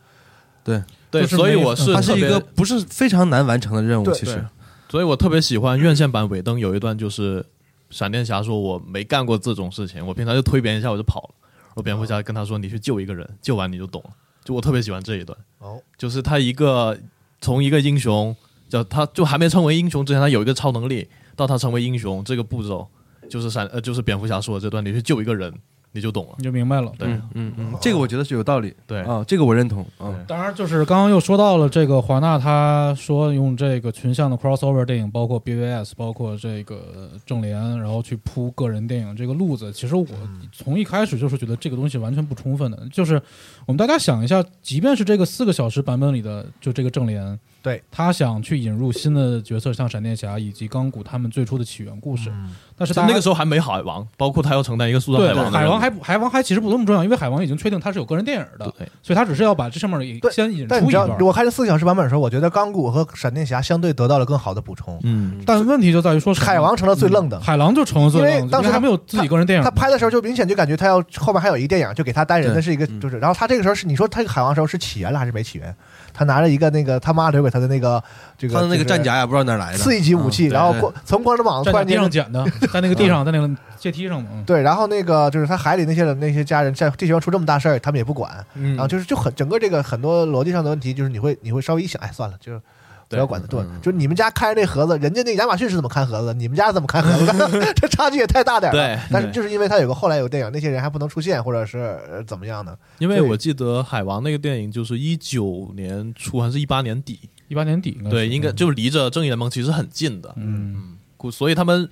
对，就是所以没我是它特是一别个不是非常难完成的任务，对其实对所以我特别喜欢院线版尾灯有一段，就是闪电侠说我没干过这种事情，我平常就推别人一下我就跑了，我蝙蝠侠跟他说你去救一个人，救完你就懂了。就我特别喜欢这一段，哦，就是他一个从一个英雄，叫他就还没成为英雄之前，他有一个超能力，到他成为英雄这个步骤，就是闪呃就是蝙蝠侠说的这段，你去救一个人，你就懂了。你就明白了。对、嗯嗯，这个我觉得是有道理哎对，啊，这个我认同啊对。当然，就是刚刚又说到了这个华纳，他说用这个群像的 crossover 电影，包括 BVS，包括这个呃正联，然后去铺个人电影这个路子。其实我嗯从一开始就是觉得这个东西完全不充分的，就是我们大家想一下，即便是这个四个小时版本里的就这个正联，对他想去引入新的角色，像闪电侠以及钢骨他们最初的起源故事，嗯但是其实大家那个时候还没海王，包括他要承担一个塑造对海王的海任王务还不海王还其实不那么重要，因为海王已经确定他是有个人电影的，对所以他只是要把这上面也对先引嗯但出你一知段道，。我看这四个小时版本的时候，我觉得钢骨和闪电侠相对得到了更好的补充，嗯但问题就在于说，海王成了最愣的。嗯海狼就成了最因愣，为当时还没有自己个人电影他拍的时候就明显就感觉他要后面还有一个电影，就给他单人的对是一个就是，然后他这个时候是你说他这个海王时候是起源了还是没起源？他拿着一个那个他妈留给他的那个这个他的那就个是战甲呀，不知道哪儿来的，四一级武器，嗯然后对光从光着膀子站突在地然间嗯上捡的，在那个地上，在那个阶梯上嘛。嗯对，然后那个就是他海里那些人那些家人在地球上出这么大事儿，他们也不管，嗯然后就是就很整个这个很多逻辑上的问题，就是你会你会稍微一想，哎，算了，就是。不对要管它，对，就是你们家看着那盒子，人家那亚马逊是怎么看盒子的，你们家怎么看盒子的， 这差距也太大点儿了。对但是就是因为他有个后来有个电影，那些人还不能出现，或者是呃怎么样的，因为对我记得海王那个电影就是一九年初还是一八年底，一八年底应该是对，应该就离着正义联盟其实很近的，嗯，故所以他们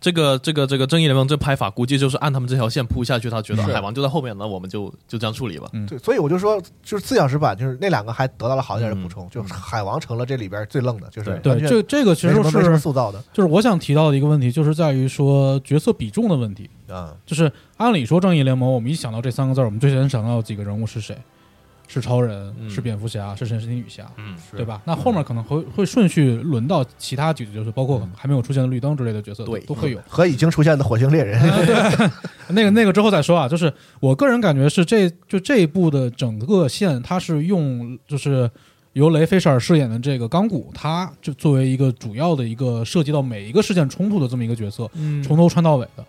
这个这个这个正义联盟这拍法，估计就是按他们这条线铺下去。他觉得是海王就在后面，那我们就就这样处理吧。嗯对，所以我就说，就是四小时版，就是那两个还得到了好一点的补充，就是海王成了这里边最愣的，就是对对完全这这个其没实什么没什么是塑造的，就是我想提到的一个问题，就是在于说角色比重的问题。嗯，就是按理说正义联盟，我们一想到这三个字儿，我们最先想到几个人物是谁？是超人，嗯是蝙蝠侠，是神奇女侠，嗯，对吧？那后面可能会会顺序轮到其他几个角色，包嗯括还没有出现的绿灯之类的角色，对都会有。和已经出现的火星猎人，啊那个那个之后再说啊，就是我个人感觉是这就这一部的整个线，它是用就是由雷菲舍尔饰演的这个钢骨，他就作为一个主要的一个涉及到每一个事件冲突的这么一个角色，嗯从头穿到尾的。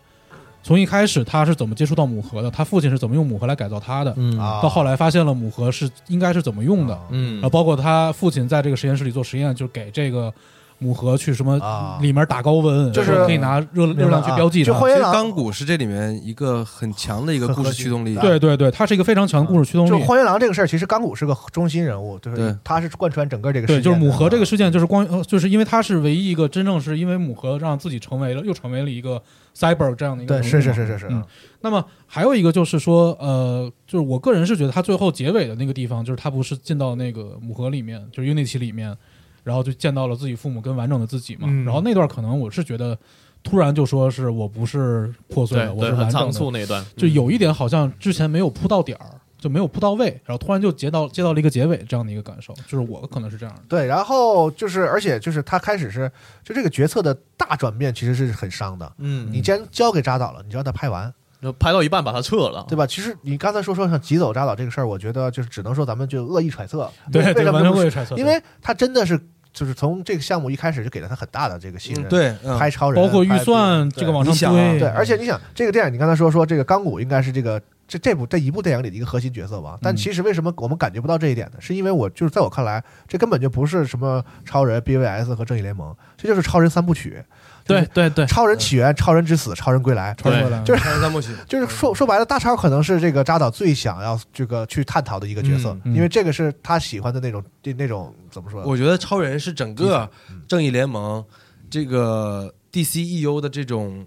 从一开始他是怎么接触到母盒的，他父亲是怎么用母盒来改造他的，嗯啊到后来发现了母盒是应该是怎么用的，嗯然后包括他父亲在这个实验室里做实验，就给这个母盒去什么啊里面打高温，就是然后可以拿热白热量去标记啊它。就其荒野实狼钢骨是这里面一个很强的一个故事驱动很力，核心对对对，它是一个非常强的故事驱动就力。荒原狼这个事儿，其实钢骨是个中心人物，就是对他是贯穿整个这个事对，件就是母盒这个的事件，就是光，呃就是因为它是唯一一个真正是因为母盒让自己成为了又成为了一个 cyber 这样的一个对，人物是是嘛是是是，嗯那么还有一个就是说，呃，就是我个人是觉得他最后结尾的那个地方，就是他不是进到那个母盒里面，就是 Unity 里面，然后就见到了自己父母跟完整的自己嘛。嗯然后那段可能我是觉得，突然就说是我不是破碎对的，我对，是很完仓整促的，那一段，就有一点好像之前没有铺到点儿，就没有铺到位，然后突然就接到接到了一个结尾这样的一个感受，就是我可能是这样的。对，然后就是，而且就是他开始是，就这个决策的大转变，其实是很伤的。嗯，你既然交给扎导了，你就让他拍完，就拍到一半把他撤了，哦对吧？其实你刚才说说想挤走扎导这个事儿，我觉得就是只能说咱们就恶意揣测，对为为对，什么完这全么过于揣测，因为他真的是就是从这个项目一开始就给了他很大的这个信任，嗯，对，嗯拍超人，包括预拍算这个往上你想啊推，嗯对，而且你想这个电影，你刚才说说这个钢骨应该是这个这这部这一部电影里的一个核心角色吧？嗯但其实为什么我们感觉不到这一点呢？是因为我就是在我看来，这根本就不是什么超人 BVS 和正义联盟，这就是超人三部曲，对对对，超人起源、超人之死、超人归来。穿过来就是拍三部曲， 就是说说白了，大超可能是这个扎导最想要这个去探讨的一个角色，嗯嗯因为这个是他喜欢的那种那那种怎么说？我觉得超人是整个嗯正义联盟这个 DCEU 的这种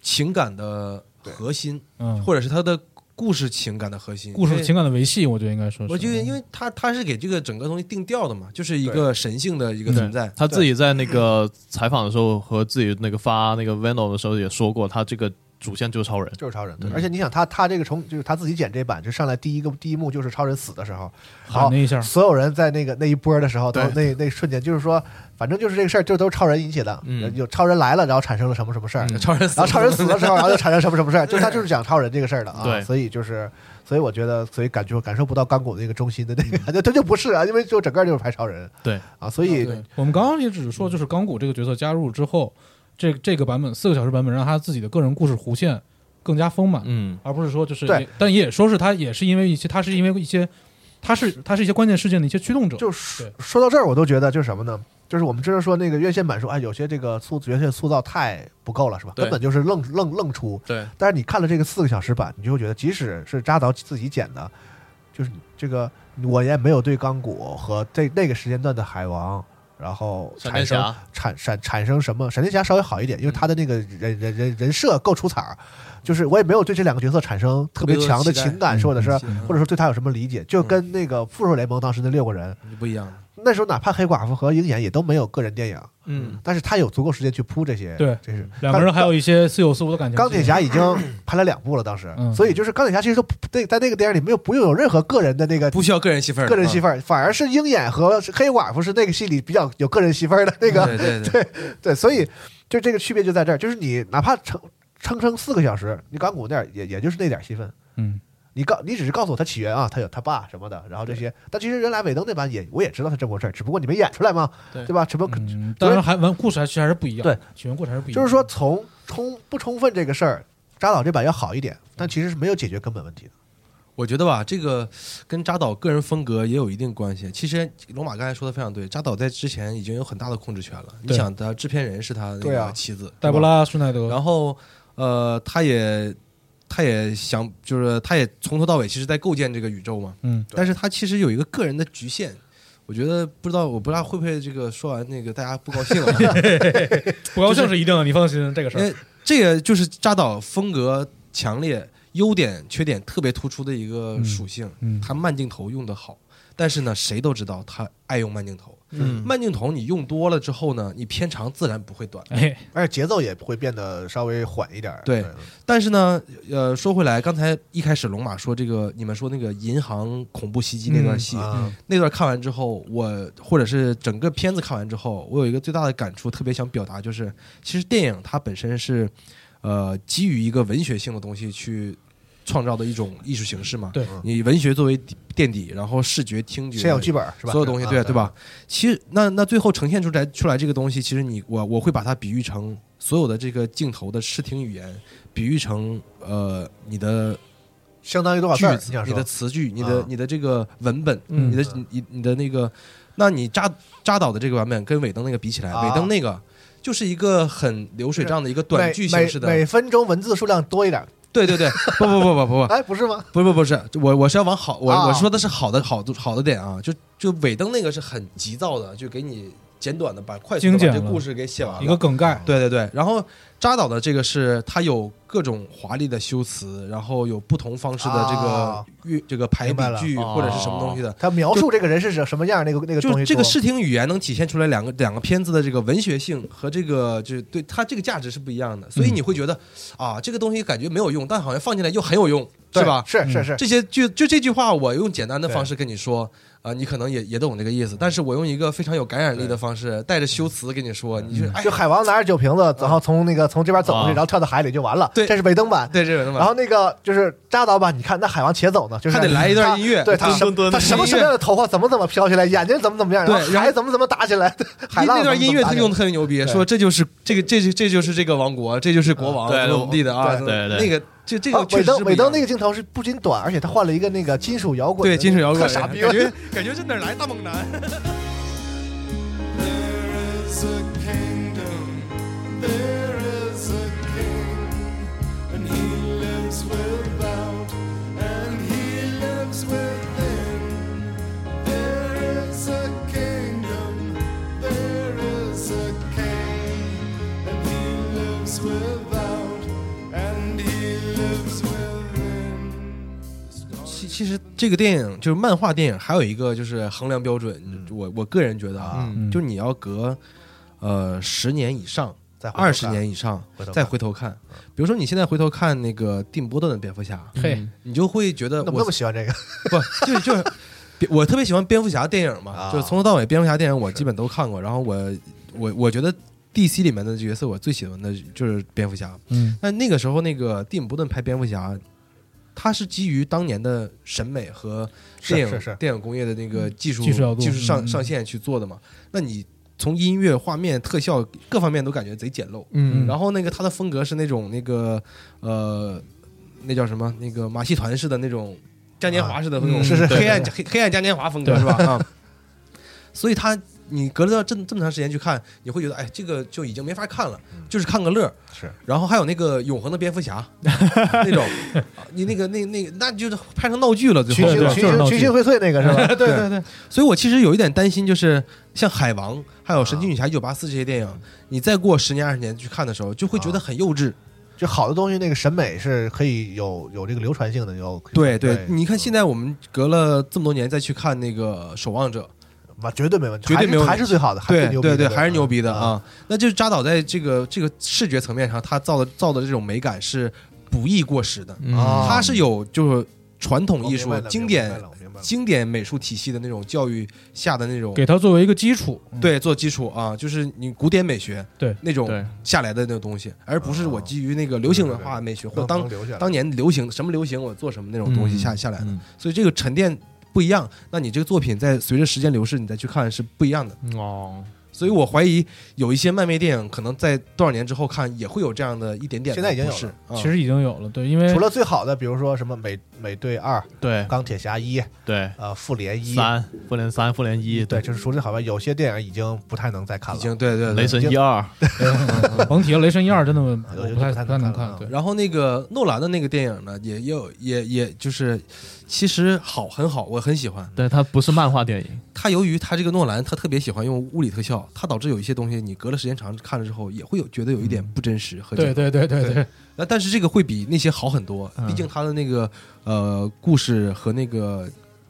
情感的核心，嗯，或者是它的故事情感的核心。故因事为情感的维系，我觉得应该嗯说是，我觉得，因为为它它是给这个整个东西定调的嘛，就是一个神性的一个存在。他自己在那个采访的时候和自己那个发那个 Venom 的时候也说过，他这个主线就是超人。就是超人，对嗯而且你想他，他这个从就是他自己剪这版，就上来第一个第一幕就是超人死的时候，好喊那一下，所有人在那个那一波的时候，都对那那瞬间，就是说，反正就是这个事儿，就都是超人引起的。嗯有超人来了，然后产生了什么什么事儿，超人死然后了，超人死了之后，然后又产生什么什么事儿，就他就是讲超人这个事儿的啊。对所以就是，所以我觉得，所以感觉感受不到钢骨那个中心的那个， 这、就不是啊，因为就整个就是拍超人。对啊，所以对，我们刚刚也只是说，就是钢骨这个角色加入之后，这这个版本四个小时版本让他自己的个人故事弧线更加丰满，嗯，而不是说就是对也，但也说是他也是因为一些，他是因为一些，他是他是一些关键事件的一些驱动者，就说对说到这儿，我都觉得就是什么呢？就是我们之前说那个院线版说，哎，有些这个塑角色塑造太不够了，是吧？对根本就是愣愣愣出。对，但是你看了这个四个小时版，你就会觉得，即使是扎导自己剪的，就是这个我也没有对钢骨和这那个时间段的海王，然后闪产电生侠产产产生什么？闪电侠稍微好一点，因为他的那个人人人人设够出彩儿，就是我也没有对这两个角色产生特别特别多强的期待情感，或者是嗯或者说对他有什么理解，就跟那个复仇者联盟当时那六个人，不一样了。那时候哪怕黑寡妇和鹰眼也都没有个人电影，嗯，但是他有足够时间去铺这些，对这是两个人还有一些似有似无的感情。钢铁侠已经拍了两部了，当时，嗯所以就是钢铁侠其实都不对，在那个电影里没有不用有任何个人的那个不需要个人戏份儿的，嗯啊个人戏份份儿，反而是鹰眼和黑寡妇是那个戏里比较有个人戏份儿的那个，对对对，对，所以就这个区别就在这儿，就是你哪怕撑撑撑四个小时，你港股那儿也也就是那点儿戏份，嗯，你告你只是告诉我他起源啊，他有他爸什么的，然后这些，但其实人来尾灯那版也我也知道他这么回事儿，只不过你没演出来嘛，对吧？什么可嗯，当然还完故事还其实还是不一样，对，起源故事还是不一样。就是说，从充不充分这个事儿，扎导这版要好一点，但其实是没有解决根本问题的。我觉得吧，这个跟扎导个人风格也有一定关系。其实龙马刚才说的非常对，扎导在之前已经有很大的控制权了。你对想，他制片人是他那对啊个妻子，黛是吧博拉·施耐德，然后呃，他也他也想，就是他也从头到尾其实在构建这个宇宙嘛。嗯，但是他其实有一个个人的局限。我觉得不知道，我不知道会不会这个说完那个大家不高兴了。不高 兴是一定的，你放心，这个事因儿为这个就是扎导风格强烈、优点、缺点特别突出的一个属性。嗯嗯他慢镜头用的好，但是呢，谁都知道他爱用慢镜头。嗯慢镜头你用多了之后呢，你片长自然不会短。哎，而且节奏也会变得稍微缓一点儿。对但是呢，呃，说回来，刚才一开始龙马说这个，你们说那个银行恐怖袭击那段戏，啊，那段看完之后，我或者是整个片子看完之后，我有一个最大的感触，特别想表达就是，其实电影它本身是，呃，基于一个文学性的东西去创造的一种艺术形式嘛。对，你文学作为底垫底，然后视觉、听觉，先有剧本儿是吧？所有东西，对啊对吧？？其实那那最后呈现出来出来这个东西，其实你我我会把它比喻成所有的这个镜头的视听语言，比喻成呃你的相当于多少字句儿？子你想、你说的词句、你的啊你的这个文本、嗯你的你你的那个，那你扎扎导的这个版本跟尾灯那个比起来，啊尾灯那个就是一个很流水账的一个短每剧形式每，的，每分钟文字数量多一点儿。对 对对，不不不不不不，哎，不是吗？不是不是不是，我我是要往好，我、啊我说的是好的好的好的点啊，就就尾灯那个是很急躁的，就给你简短的把快速精的简把这了故事给写完了。一个梗概，对对对，然后扎导的这个是它有各种华丽的修辞，然后有不同方式的这个啊乐、这个排明比白了句哦或者是什么东西的，他描述这个人是什什么样儿，那个那个东就是西这个多视听语言能体现出来两个两个片子的这个文学性和这个就是对它这个价值是不一样的，所以嗯你会觉得、啊这个东西感觉没有用，但好像放进来又很有用，对是吧？嗯是是是，这些就就这句话，我用简单的方式跟你说，啊，你可能也也懂这个意思，但是我用一个非常有感染力的方式，带着修辞跟你说，嗯你就哎就，海王拿着酒瓶子，然后从那个从这边走过去，啊然后跳到海里就完了。对这是尾灯版。对这种的然后那个就是扎导版，你看那海王且走呢，就是他得来一段音乐他对他噔什么噔噔他什么什么样的头发怎么怎么飘起来，眼睛怎么怎么样，对然后然海后怎么怎么打起来，对海浪那段音乐他用的的特别牛逼，对说这就是这个这这这就是这个王国，这就是国王嗯对怎么怎么地的啊，对对对那个这这个啊，尾确实灯是不尾一样灯那个镜头是不仅短，而且他换了一个那个金属摇滚的那对个，金属摇滚，特傻逼，感觉 感觉是哪儿来大猛男？ There is a kingdom, there is a king, and he lives without, and he lives within. There is a kingdom, there is a king, and he lives without, and he lives within. 其其实这个电影就是漫画电影，还有一个就是衡量标准，嗯我我个人觉得啊，嗯就你要隔呃十年以上。再回头看二十年以上回头看再回头看，比如说你现在回头看那个蒂姆·波顿的蝙蝠侠，嘿，你就会觉得嗯那么那我么喜欢这个？不就就是别我特别喜欢蝙蝠侠电影嘛，啊就是从头到尾蝙蝠侠电影我基本都看过，然后我我我觉得 DC 里面的角色我最喜欢的就是蝙蝠侠，嗯，但那个时候那个蒂姆·波顿拍蝙蝠侠。他是基于当年的审美和是电影是是电影工业的那个技术技术角度上嗯上线去做的嘛？那你从音乐、画面、特效各方面都感觉贼简陋，嗯然后那个他的风格是那种那个呃，那叫什么？那个马戏团式的那种嘉年华式的那种，嗯是是黑暗对黑黑暗嘉年华风格对是吧？啊，所以他你隔了这这么长时间去看，你会觉得哎，这个就已经没法看了，就是看个乐儿。是，然后还有那个永恒的蝙蝠侠 那种，啊你那个那那那就是拍成闹剧了，最群后对对星群就是星闹群剧星荟萃那个是吧？ 对对对，所以我其实有一点担心，就是像《海王》还有《神奇女侠一九八四》这些电影，你再过十年二十年去看的时候，就会觉得很幼稚。就好的东西，那个审美是可以有有这个流传性的，有对对，你看嗯现在我们隔了这么多年再去看那个《守望者完啊绝对没问题，绝对还是没问题还是最好的，》，还是对牛逼对的对，还是牛逼的！嗯啊。那就是扎导在这个这个视觉层面上，他造的造的这种美感是不易过时的，嗯啊他是有就是传统我艺啊哦明白术了经明白典了我明白了经典美术体系的那种教育下的那种给它作为一个基础，嗯对，做基础啊，就是你古典美学对那种对下来的那种东西，而不啊是我基于那个流行文化美学或能当能留下来当嗯年流行什么流行我做什么那种东西下下来的嗯，所以这个沉淀不一样。那你这个作品在随着时间流逝，你再去看是不一样的。哦，所以我怀疑有一些漫威电影可能在多少年之后看也会有这样的一点点的现在已经有不适了啊其实已经有了，对，因为除了最好的，比如说什么美美队二、对钢铁侠一、对，呃复联一，三复联三复联一，对，就是除了最好吧，有些电影已经不太能再看已了，经对对雷对。神一二，甭提了，《雷神一二》真的我有些不太就不太不太能看看了，对，然后那个诺兰的那个电影呢，也也有也也就是，其实好很好，我很喜欢。对，它不是漫画电影，他由于他这个诺兰，他特别喜欢用物理特效，他导致有一些东西你隔了时间长看了之后，也会有觉得有一点不真实和、对。对对对对，那但是这个会比那些好很多，毕竟他的那个呃故事和那个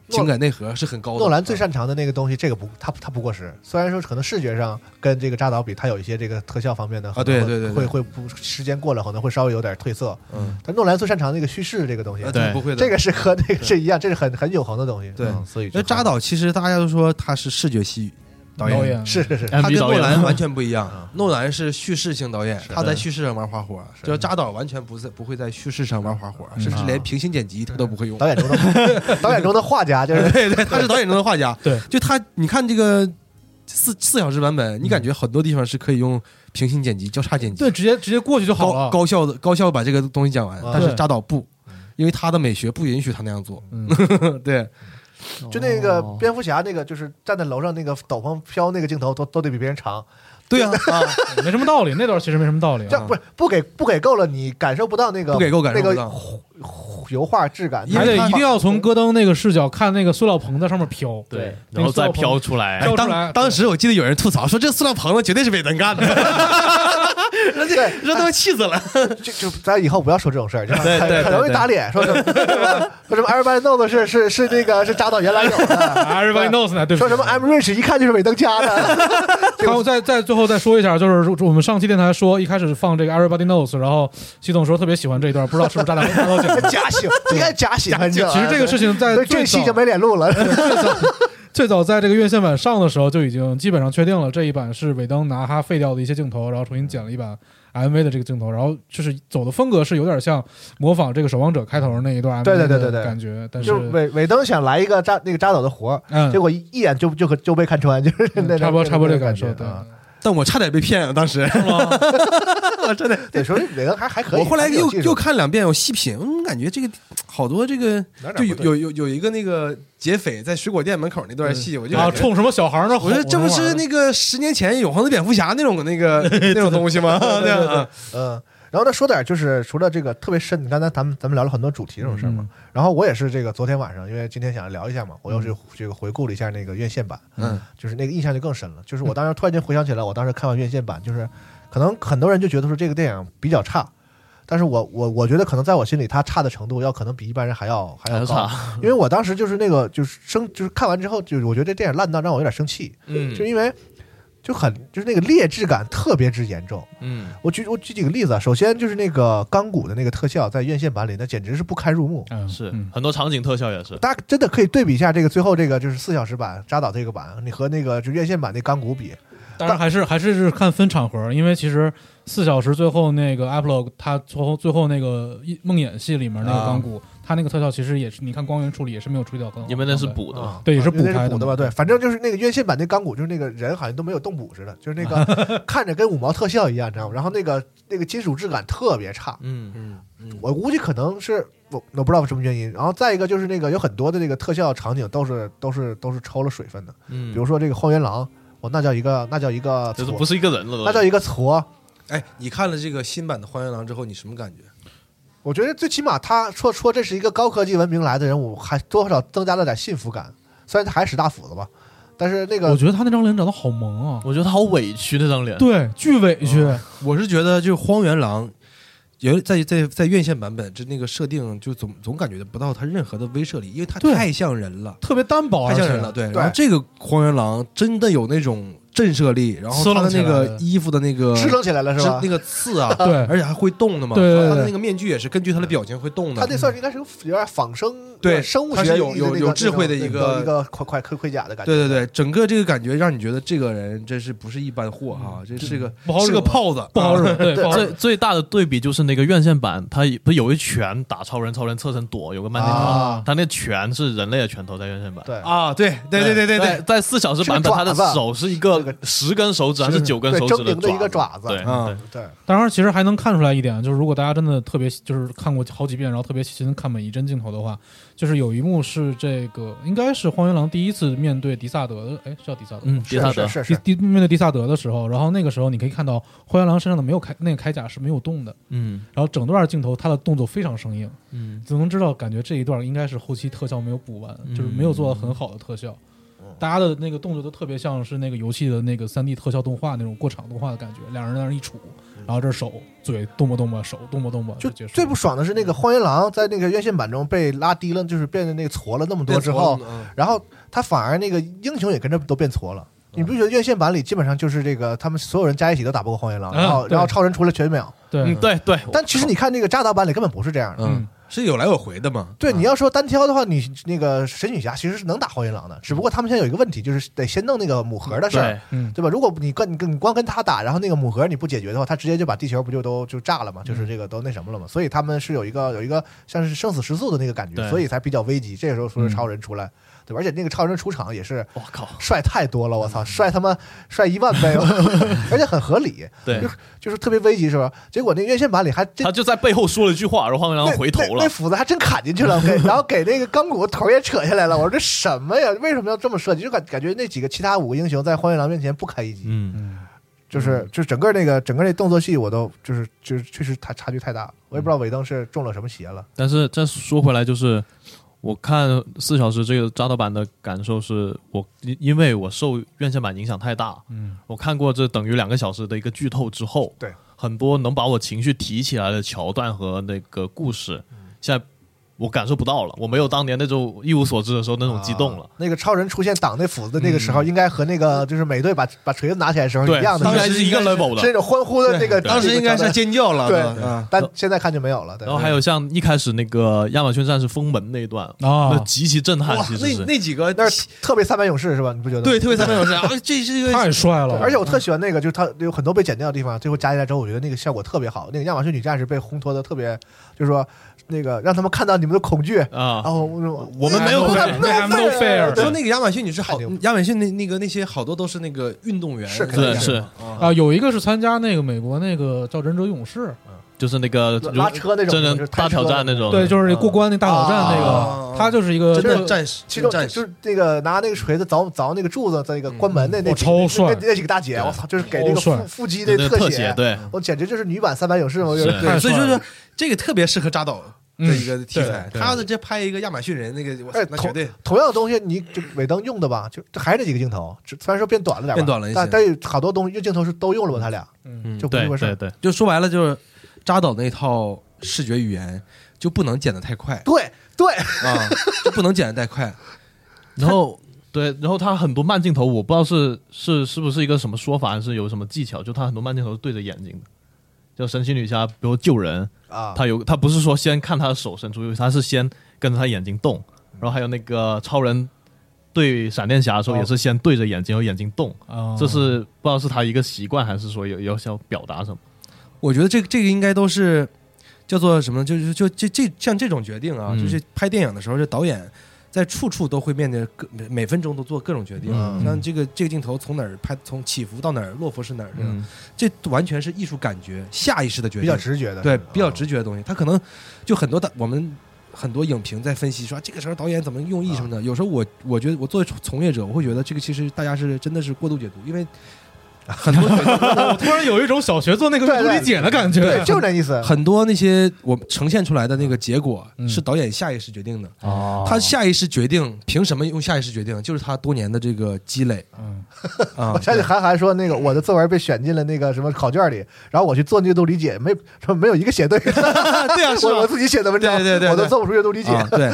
情感内核是很高的。诺兰最啊擅长的那个东西，这个不，他他不过时。虽然说可能视觉上跟这个扎导比，他有一些这个特效方面的啊对对对对会会不时间过了可能会稍微有点褪色。嗯，但诺兰最擅长的那个叙事这个东西那，对这不会的。这个是和那个是一样，这是很很永恒的东西。对嗯所以就那扎导其实大家都说他是视觉系导演，演是是是他跟 MV 导诺演兰完全不一嗯样。诺兰是叙事性导演，他在叙事上玩花活儿，这扎导完全不在不会在叙事上玩花活儿，甚至连平行剪辑他都不会用。导演中的 导演中的画家， 就是对对，他是导演中的画家。对，就他，你看这个四四小时版本，你感觉很多地方是可以用平行剪辑、交叉剪辑，对，直接直接过去就好高了。高效的高效把这个东西讲完啊。但是对扎导不，因为他的美学不允许他那样做。嗯 对，就那个哦蝙蝠侠那个，就是站在楼上那个斗篷飘那个镜头，都都得比别人长。对啊，啊，没什么道理，那段其实没什么道理啊。这样不是不给不给够了，你感受不到那个不给够感受那不个到糊糊油画质感，因还为得他一定要从戈登那个视角看那个塑料棚在上面飘，对，那个然后塑再料飘棚出来哎，当出来当时我记得有人吐槽说，这塑料棚子绝对是韦登干的，那这对这都气死了。就就咱以后不要说这种 事儿，就是对对很对很容易对打脸，说什么 说什么 everybody knows 是是是那个是扎导原来 有的， Everybody knows 呢，对不说起什么 I'm rich 一看就是尾灯 加的，。还有再再最后再说一下，就是我们上期电台说一开始放这个 Everybody Knows，然后系总说特别喜欢这一段，不知道是不是渣男渣导讲的 假喜欢，应该假喜欢其实这个事情在对最这戏早嗯就没脸录了， 最早最早在这个院线版上的时候就已经基本上确定了，这一版是尾灯拿哈废掉的一些镜头，然后重新剪了一版 MV 的这个镜头，然后就是走的风格是有点像模仿这个《守望者》开头那一段 MV 对对对对的对感觉，但是就是尾尾灯想来一个扎那个扎导的活儿，嗯结，果一一眼就就就被看穿，就是嗯那种差不多那种差不多这个感感受，对。啊但我差点被骗了，当时真的。对，所以尾灯还还可以。我后来还是有又技术又看两遍，我细品，嗯，感觉这个好多这个哪儿哪儿不就有对嗯有有有一个那个劫匪在水果店门口那段戏，我就然后感啊觉冲什么小孩儿那吼我说这不是那个十年前永恒的蝙蝠侠那种 那个 那种东西吗？对啊，嗯，然后再说点儿就是除了这个特别深，你刚才咱们咱们聊了很多主题这种事儿嗯嘛。然后我也是这个昨天晚上，因为今天想聊一下嘛，我又是这个回顾了一下那个院线版，嗯，就是那个印象就更深了。嗯就是我当时突然间回想起来，我当时看完院线版，就是可能很多人就觉得说这个电影比较差。但是我我我觉得可能在我心里，它差的程度要可能比一般人还要还还要是高，差，因为我当时就是那个就是生就是看完之后，就是我觉得这电影烂到让我有点生气，嗯就因为就很就是那个劣质感特别之严重，嗯，我举我举几个例子啊，首先就是那个钢骨的那个特效，在院线版里那简直是不堪入目。嗯是嗯很多场景特效也是，大家真的可以对比一下这个最后这个就是四小时版扎导这个版，你和那个就院线版那钢骨比，当然还是还是看分场合，因为其实四小时最后那个 Apple 他最后最后那个一梦魇戏里面那个钢骨，他那个特效其实也是，你看光源处理也是没有处理掉更好，因为那是对补的，啊对也是因为那补拍是的补的吧？嘛对，反正就是那个院线版那钢骨，就是那个人好像都没有动补似的，就是那 个看着跟五毛特效一样，你知道吗？然后那个那个金属质感特别差，嗯，嗯嗯，我估计可能是我我不知道什么原因。然后再一个就是那个有很多的那个特效场景都是都是都是抽了水分的，嗯比如说这个荒原狼，我那叫一个，那叫一个就是挫不是一个人了都。那叫一个挫。哎，你看了这个新版的《荒原狼》之后，你什么感觉？我觉得最起码他说说这是一个高科技文明来的人，我还多少增加了点幸福感。虽然他还使大斧子吧，但是那我个觉得他那张脸长得好萌啊，我觉得他好委屈那张脸。对，巨委屈。我是觉得就是《荒原狼》有在在在院线版本，这那个设定就总总感觉不到它任何的威慑力，因为它对太像人了，特别单薄，啊太而且像人了。对，对然后这个《荒原狼》真的有那种震慑力，然后撕它楞的起那来个的衣服的那个支棱起来了是吧那？个刺啊，对而且还会动的嘛。对对对它的那个面具也是根据它的表情会动的。他这算是应该是个有点仿生，对生物它是学有意义有的那有个智慧的那一种个一个快快盔盔甲的感觉。对对对，整个这个感觉让你觉得这个人真是不是一般货哈、这是个不好惹是个炮子，不好惹，啊对，不好最惹。最大的对比就是那个院线版，他不是有一拳打超人，超人侧身躲，有个慢镜啊头，他那拳是人类的拳头在院线版。对啊！ 对对对对对在对，在四小时版本，是他个爪的子手是一个是个十根手指还是九根对手指狰狞的一个爪子对，嗯对对当然，其实还能看出来一点，就是如果大家真的特别就是看过好几遍，然后特别细心地看每一帧镜头的话，就是有一幕是这个应该是荒原狼第一次面对迪萨德的，哎，是叫迪萨德吗，嗯，是迪萨德是是迪是，迪面对迪萨德的时候，然后那个时候你可以看到荒原狼身上的没有铠那个铠甲是没有动的，嗯然后整段镜头他的动作非常生硬，嗯，就能知道感觉这一段应该是后期特效没有补完，嗯就是没有做到很好的特效。嗯大家的那个动作都特别像是那个游戏的那个三 D 特效动画那种过场动画的感觉，两人在那儿一杵，然后这手嘴动吧动吧，手动吧动吧嗯就结束。最不爽的是那个荒原狼在那个院线版中被拉低了，就是变得那个挫了那么多之后，嗯然后他反而那个英雄也跟着都变挫了。嗯你不觉得院线版里基本上就是这个，他们所有人加一起都打不过荒原狼，嗯然后对然后超人出来全秒。对，嗯，对对，但其实你看那个扎导版里根本不是这样的。嗯，是有来有回的啊嘛？对，嗯你要说单挑的话，你那个神女侠其实是能打荒原狼的，只不过他们现在有一个问题，就是得先弄那个母盒的事儿对，，嗯，对吧？如果你跟你跟你光跟他打，然后那个母盒你不解决的话，他直接就把地球不就都就炸了嘛，就是这个都那什么了嘛。所以他们是有一个有一个像是生死时速的那个感觉，对所以才比较危急。这个时候说是超人出来，对吧？而且那个超人出场也是我靠， 帅太多了，我操，帅他妈帅一万倍，哦 而且很合理，对就，就是特别危急是吧？结果那个院线版里还真他。就在背后说了一句话，然后荒原那狼回头那那了，斧子还真砍进去了，给然后给那个钢骨头也扯下来了。我说这什么呀？为什么要这么设计？就感感觉那几个其他五个英雄在荒原狼面前不堪一击。嗯，就是就是整个那个整个那动作戏，我都就是就是确实太差距太大，我也不知道尾灯是中了什么邪了。但是再说回来，就是我看四小时这个扎导版的感受是，我因因为我受院线版影响太大，嗯，我看过这等于两个小时的一个剧透之后，对很多能把我情绪提起来的桥段和那个故事，现在我感受不到了，我没有当年那种一无所知的时候那种激动了啊。那个超人出现挡那斧子的那个时候，应该和那个就是美队把把锤子拿起来的时候对，一样的，应该是是一个 level 是那的。种欢呼的那个，当时应该是尖叫了，对吧 啊，但现在看就没有了。对然后还有像一开始那个亚马逊战士封门那一段，啊那极其震撼，哇其，实那是。那几个那是特别三百勇士是吧？你不觉得吗？对特别三百勇士啊，这 是一个太帅了，而且我特喜欢那个，就是它有很多被剪掉的地方，最后加进来之后，我觉得那个效果特别好。那个亚马逊女战士被烘托的特别，就是说那个让他们看到你们的恐惧。啊然，后我我们没有我看们 We 啊 have 啊 no fear 说那个亚马逊，你是好太牛亚马逊那那个那些好多都是那个运动员，是肯定对，是是嗯啊，有一个是参加那个美国那个叫忍者勇士，就是那个拉车那种真人就是开大车挑战的那种，对，就是过关那大挑战那啊个，他就是一个真的呃那个战士，其中战士就是那个拿那个锤子凿凿那个柱子，在那个关门那那哇几超帅那那那几个大姐，对我操，就是给那个超帅腹腹肌对那对特特写，对，我简直就是女版三百勇士嘛，我觉得是对，太所以帅说了说这个特别适合扎导的一个题材嗯，对他要是直接拍一个亚马逊人，那个我哎那绝对同样的东西，你就尾灯用的吧，就还是那几个镜头，只虽然说变短了点吧，变短了一些但但有好多东西镜头是都用了吧，他俩嗯就不是对一回事对儿对，就说白了就是扎导那套视觉语言就不能剪得太快对对，啊， 就不能剪得太快。然后对，然后他很多慢镜头，我不知道是是是不是一个什么说法，还是有什么技巧，就他很多慢镜头是对着眼睛的。就神奇女侠，比如救人，啊，他有他不是说先看他的手伸出去，他是先跟着他眼睛动，然后还有那个超人对闪电侠的时候哦也是先对着眼睛，然后眼睛动，啊，这是不知道是他一个习惯，还是说有有想表达什么？我觉得这个这个应该都是叫做什么，就是就这这像这种决定啊，嗯就是拍电影的时候，这导演在处处都会面对各每每分钟都做各种决定，啊嗯像这个这个镜头从哪儿拍，从起伏到哪儿，落伏是哪儿，这样，这完全是艺术感觉、下意识的决比定较，直觉的，对嗯，比较直觉的东西。他可能就很多大我们很多影评在分析说、啊这个时候导演怎么用意什么的。有时候我我觉得我作为从业者，我会觉得这个其实大家是真的是过度解读，因为很多角色我突然有一种小学做那个对阅读对理解的感对，觉。就是那意思。很多那些我们呈现出来的那个结果嗯是导演下意识决定的，哦他下意识决定，凭什么用下意识决定？就是他多年的这个积累嗯，啊 我。想起韩寒说，那个我的作文被选进了那个什么考卷里，然后我去做阅读理解，没说没有一个写对的，对啊，是我吧我？自己写的文章，对对对对我都做不出阅读理解。啊，对。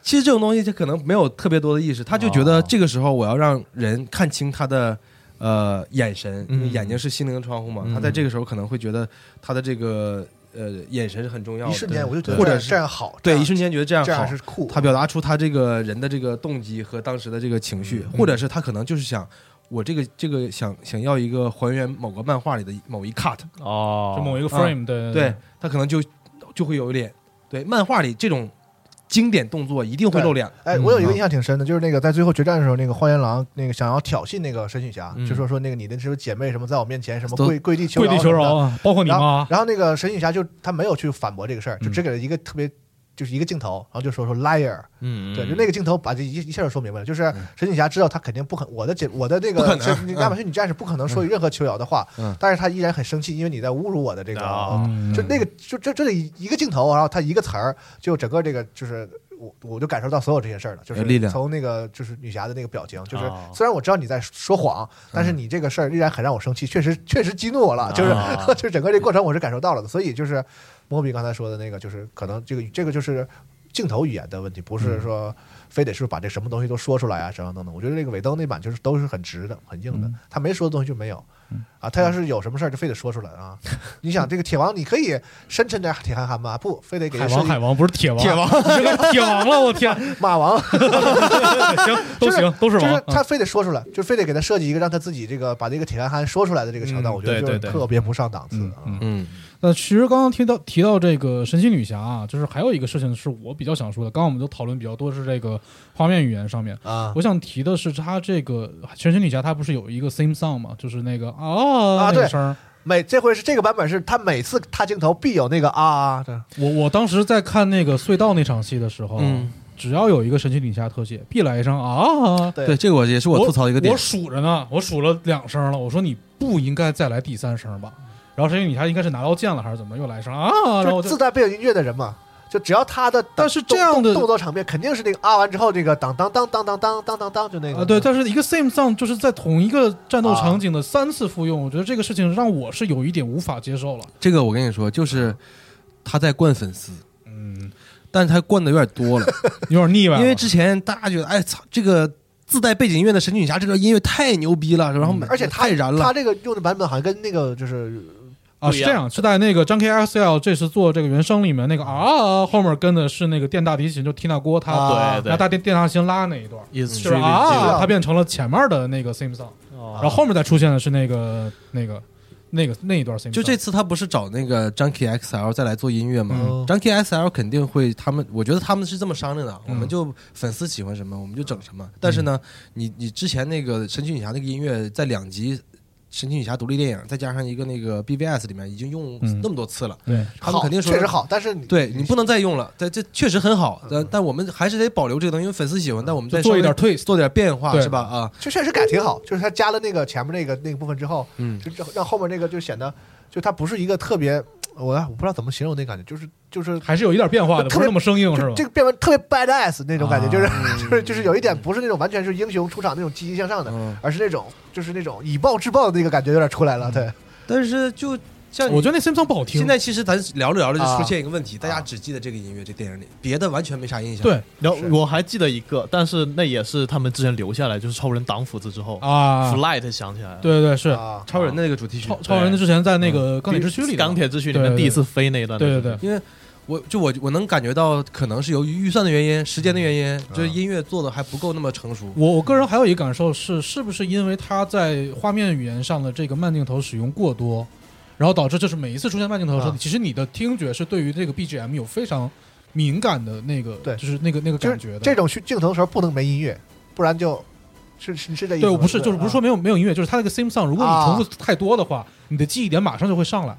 其实这种东西，他可能没有特别多的意识，他就觉哦得这个时候我要让人看清他的呃眼神，因为嗯眼睛是心灵的窗户嘛。他在这个时候可能会觉得他的这个呃眼神是很重要的。一瞬间我就觉得或这者样是这样好，对，一这瞬间觉得这样样这好样，是酷。他表达出他这个人的这个动机和当时的这个情绪，嗯或者是他可能就是想。我这个这个想想要一个还原某个漫画里的某一 cut，哦就某啊一个 frame，对对，他可能就就会有脸。对，漫画里这种经典动作一定会露脸，哎，我有嗯一个印象挺深的，就是那个在最后决战的时候，那个荒原狼那个想要挑衅那个神曲侠，嗯就说说那个你的是不是姐妹什么在我面前什么都跪跪地求跪地求饶什么的饶啊，包括你然后妈，然后那个神奇女侠就他没有去反驳这个事儿，嗯就只给了一个特别就是一个镜头，然后就说说 liar，嗯，对，就那个镜头把这一一下就说明白了，就是神奇女侠知道他肯定不可，我的姐我的那嗯不个可能神亚马逊女战士不可能说任何求饶的话嗯，哦但是他依然很生气，因为你在侮辱我的这个，啊就那个就这这里一个镜头，然后他一个词儿，就整个这个就是。我我就感受到所有这些事儿了，就有力是量从那个就是女侠的那个表情，就是哦啊虽然我知道你在说谎，嗯但是你这个事儿依然很让我生气，确实确实激怒我了，就是哦 就是整个这个过程我是感受到了的，所以就是莫比刚才说的那个，就是可能这个这个就是镜头语言的问题，不嗯是说非得是把这什么东西都说出来啊，什么等等。我觉得这个尾灯那版就是都是很直的、很硬嗯的，他没说的东西就没有。啊，他要是有什么事儿就非得说出来啊！你想这个铁王，你可以深沉点铁憨憨吧，不，非得给海人王设计海王不是铁王，铁王 你这个铁王了，我天， 马王，行都就是行都是就王嗯啊是，他非得说出来，就非得给他设计一个让他自己这个把这个铁憨憨说出来的这个桥段，嗯我觉得对就是对对特别不上档次嗯啊。嗯。嗯，那其实刚刚提到提到这个神奇女侠啊，就是还有一个事情是我比较想说的。刚刚我们都讨论比较多是这个画面语言上面，啊我想提的是它这个神奇女侠，它不是有一个 theme song 嘛，就是那个啊啊那个对声儿。每这回是这个版本是他每次他镜头必有那个啊啊的，我我当时在看那个隧道那场戏的时候，啊嗯只要有一个神奇女侠特写，必来一声啊。对对，这个我也是我吐槽一个点我，数着呢，我数了两声了，我说你不应该再来第三声吧。然后神奇女侠应该是拿到剑了还是怎么，又来一声啊，然后就我是就自带背景音乐的人嘛，就只要他的，但是这样的动动作场面肯定是那个啊完之后，这个当当当当当当当当当，就那个啊，对，但是一个 same song 就是在同一个战啊斗场景的三次复用，我觉得这个事情让我是有一点无法接受了。这个我跟你说，就是他在灌粉丝，嗯，但是他灌的有点多了，有点腻歪了，因为之前大家觉得，哎操，这个自带背景音乐的神奇女侠这段音乐太牛逼了，然后嗯而且他太燃了他，这个用的版本好像跟那个就是啊不一是样这样，是在那个 j u n k i XL 这次做这个原声里面那个啊后面跟的是那个电大提琴，就 Tina 郭他、啊对对拿大电电大提琴拉那一段， It's 嗯就是 really 啊， good 它变成了前面的那个 same song，、然后哦啊后面再出现的是那个那个那个那一段 same，就 song 这次他不是找那个 Junkie XL 再来做音乐吗嗯？Junkie XL 肯定会，他们我觉得他们是这么商量的，我嗯们就粉丝喜欢什么我们就整什么。但是呢，你你之前那个神奇女侠那个音乐在两集。神奇女侠独立电影，再加上一个那个 BVS 里面已经用嗯那么多次了，对。他们好肯定说确实好，但是你对你不能再用了，但这确实很好，但但我们还是得保留这个东西，因为粉丝喜欢，但我们嗯就再做一点稍微 twist 做点变化对是吧？啊，就确实改挺好，就是他加了那个前面那个那个部分之后，嗯就让让后面那个就显得就它不是一个特别我我不知道怎么形容那感觉，就是就是还是有一点变化的，不特别是那么生硬，是吧就？这个变得特别 badass 那种感觉，啊就是就是就是有一点不是那种完全是英雄出场那种积极向上的，嗯，而是那种就是那种以暴制暴的那个感觉有点出来了。嗯对，但是就像你我觉得那 same song 不好听。现在其实咱聊着聊着就啊出现一个问题，大家只记得这个音乐，这电影里别的完全没啥印象。，对然后是我还记得一个，但是那也是他们之前留下来，就是超人挡斧子之后啊， ，Flight 想起来了，，对对对是啊，超人的那个主题曲超，超人的之前在那个钢铁之躯里的，钢铁之躯里对面对第一次飞那一段，对对对，因为我就我我能感觉到，可能是由于预算的原因、时间的原因，就是音乐做的还不够那么成熟。我我个人还有一个感受是，是不是因为它在画面语言上的这个慢镜头使用过多，然后导致就是每一次出现慢镜头的时候，啊其实你的听觉是对于这个 BGM 有非常敏感的那个，对就是那个那个就感觉是的。这种去镜头的时候不能没音乐，不然就是是是这意思对，吗。我不是，就是不是说啊没有没有音乐，就是它那个 same song，如果你重复太多的话，你的记忆点马上就会上来。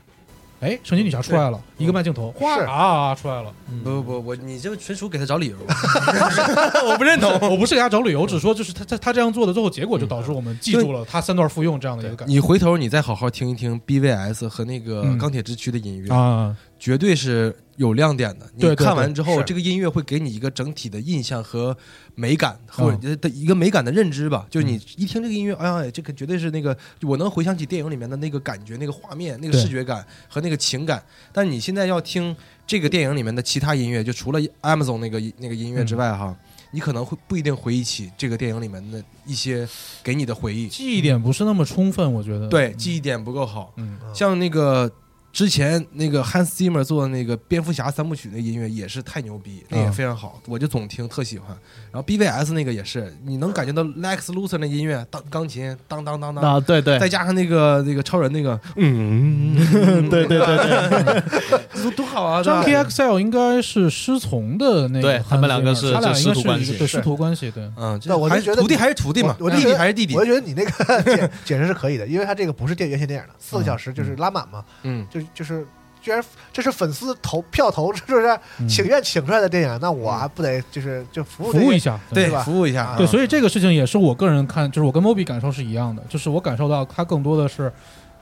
哎，神奇女侠出来了，一个慢镜头，哗是啊出来了。不不不，我你这纯属给他找理由。我不认同， 我不是给他找理由，只说就是他他他这样做的最后结果就导致我们记住了他三段复用这样的一个感觉 你回头你再好好听一听 BVS 和那个嗯钢铁之躯的音乐，啊，绝对是有亮点的。对对你看完对之后，是这个音乐会给你一个整体的印象和美感，或嗯者的一个美感的认知吧。就是你一听这个音乐，哎呀，这个绝对是那个我能回想起电影里面的那个感觉、那个画面、那个对视觉感和那个情感。但你现在要听这个电影里面的其他音乐，就除了 Amazon 那个那个音乐嗯之外，哈。你可能会不一定回忆起这个电影里面的一些给你的回忆，记忆点不是那么充分，我觉得。对，记忆点不够好。嗯，像那个之前那个 Hans Zimmer 做的那个蝙蝠侠三部曲那音乐也是太牛逼，那也非常好，我就总听特喜欢。然后 BVS 那个也是，你能感觉到 Lex Luthor 那音乐当钢琴当当当当，啊，对对再加上那个那个超人那个，对对对对，这 多多好啊！对吧 Junkie XL 应该是师从的那对个汉字嘛，他们两个是他俩是应该师徒关是一系个对是师徒关系，对，嗯，这对我就还是觉得徒弟还是徒弟嘛，我我就弟觉弟得还是弟弟我。就觉得你那个解解释是可以的，因为它这个不是电原先电影的，四个小嗯时就是拉满嘛，嗯，就就是居然这是粉丝投票投，是不是请愿请出来的电影？啊那我还不得就是就服务嗯服务一下，下，对对吧，服务一下。对，啊嗯所以这个事情也是我个人看，就是我跟 Moby 感受是一样的，就是我感受到他更多的是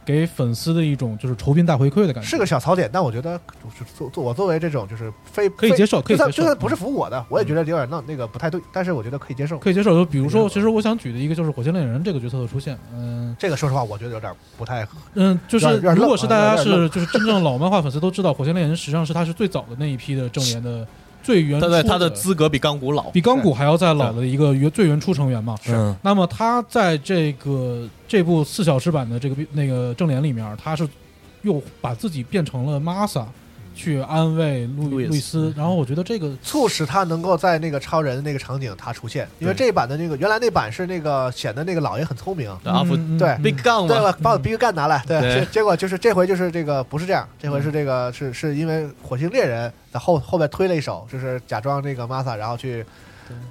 给粉丝的一种就是酬宾大回馈的感觉，是个小槽点，但我觉得就是做做我作为这种就是非可以非接受，可以就接受，算就算不是嗯服务我的，我也觉得有点闹那个不太对，但是我觉得可以接受。可以接受。就比如可以说，接受其实我想举的一个就是火星猎人这个角色的出现，嗯这个说实话，我觉得有点不太合嗯，就有是点有点如果愣是啊大有家点是就是真正老漫画粉丝都知道，火星猎人实际上是他是最早的那一批的正联的最原他初对他的资格比钢骨老，比钢骨还要再老的一个原最原初成员嘛，嗯，那么他在这个这部四小时版的这个那个正脸里面，他是又把自己变成了 Masa，去安慰路路易易斯路易斯。然后我觉得这个促使他能够在那个超人的那个场景他出现，因为这一版的那个原来那版是那个显得那个老爷很聪明，对阿福嗯嗯对嗯 Big Gun 对嘛，吧？把我嗯逼干拿来，对，对结结果就是这回就是这个不是这样，这嗯回是这个是是因为火星猎人在后后面推了一手，就是假装那个玛莎，然后去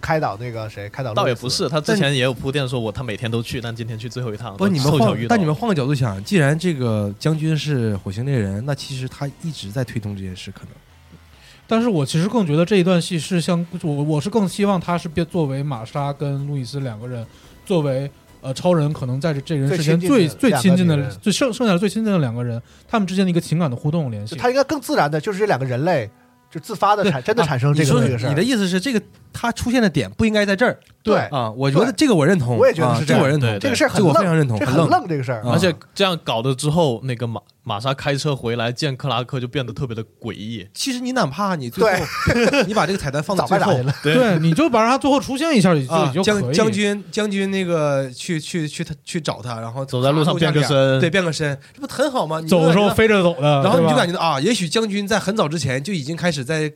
开导那个谁，开导路易斯倒也不，是，他之前也有铺垫说我他每天都去，但今天去最后一趟，不，你们凑巧换遇，到但你们换个角度想，既然这个将军是火星猎人，那其实他一直在推动这件事，可能。但是我其实更觉得这一段戏是像我，我是更希望他是变作为玛莎跟路易斯两个人，作为呃超人可能在这这人世间最最最亲亲近近的的两个女人最剩剩下的最亲近的两个人，他们之间的一个情感的互动联就系。他应该更自然的，就是这两个人类就自发的产真的产生这啊你个说这个事你儿的，意思是这个他出现的点不应该在这儿对，啊？我觉得对这个我认同，我也觉得啊是这这个样我认同对，这个事儿这很个我非愣，常认同，这很很愣这个事儿啊，而且这样搞的之后，那个玛玛莎开车回来见克拉克就变得特别的诡异，其实你哪怕你最后，你把这个彩蛋放到早最白打后去了，对，你就把让他最后出现一下也就啊也，就可将以。将军将军那个去去去他去找他，然后走在路上咔变个咔身对，变个身，这不很好吗？你就走的时候感觉到飞着走的，然后你对就吧感觉到啊，也许将军在很早之前就已经开始在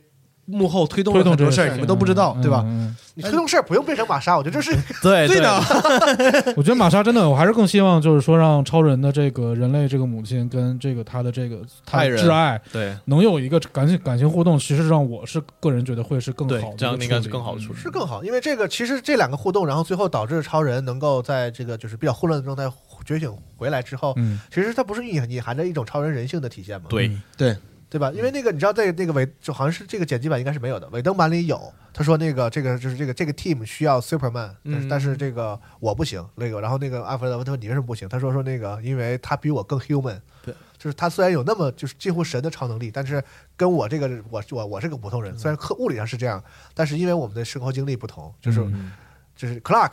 幕后推动了推动很这多个事儿，情你们都不知道，对吧？？嗯嗯嗯你推动事儿不用变成玛莎，我觉得这是对对的，嗯我觉得玛莎真的，我还是更希望就是说，让超人的这个人类这个母亲跟这个他的这个他爱的人挚爱对能有一个感情感情互动，其实让我是个人觉得会是更好的一对个，这样应该是更好处的理嗯处理。是更好，因为这个其实这两个互动，然后最后导致超人能够在这个就是比较混乱的状态觉醒回来之后，嗯，其实它不是隐隐含着一种超人人性的体现吗？对对吧？因为那个你知道，在那个尾就好像是这个剪辑版应该是没有的，尾灯版里有。他说那个这个就是这个这个 team 需要 Superman，但是、嗯但是这个我不行。那个然后那个阿弗雷德问他说你为什么不行？他说说那个因为他比我更 human，对，就是他虽然有那么就是近乎神的超能力，但是跟我这个我我我是个普通人，虽然科物理上是这样，但是因为我们的生活经历不同，就是、就是 Clark。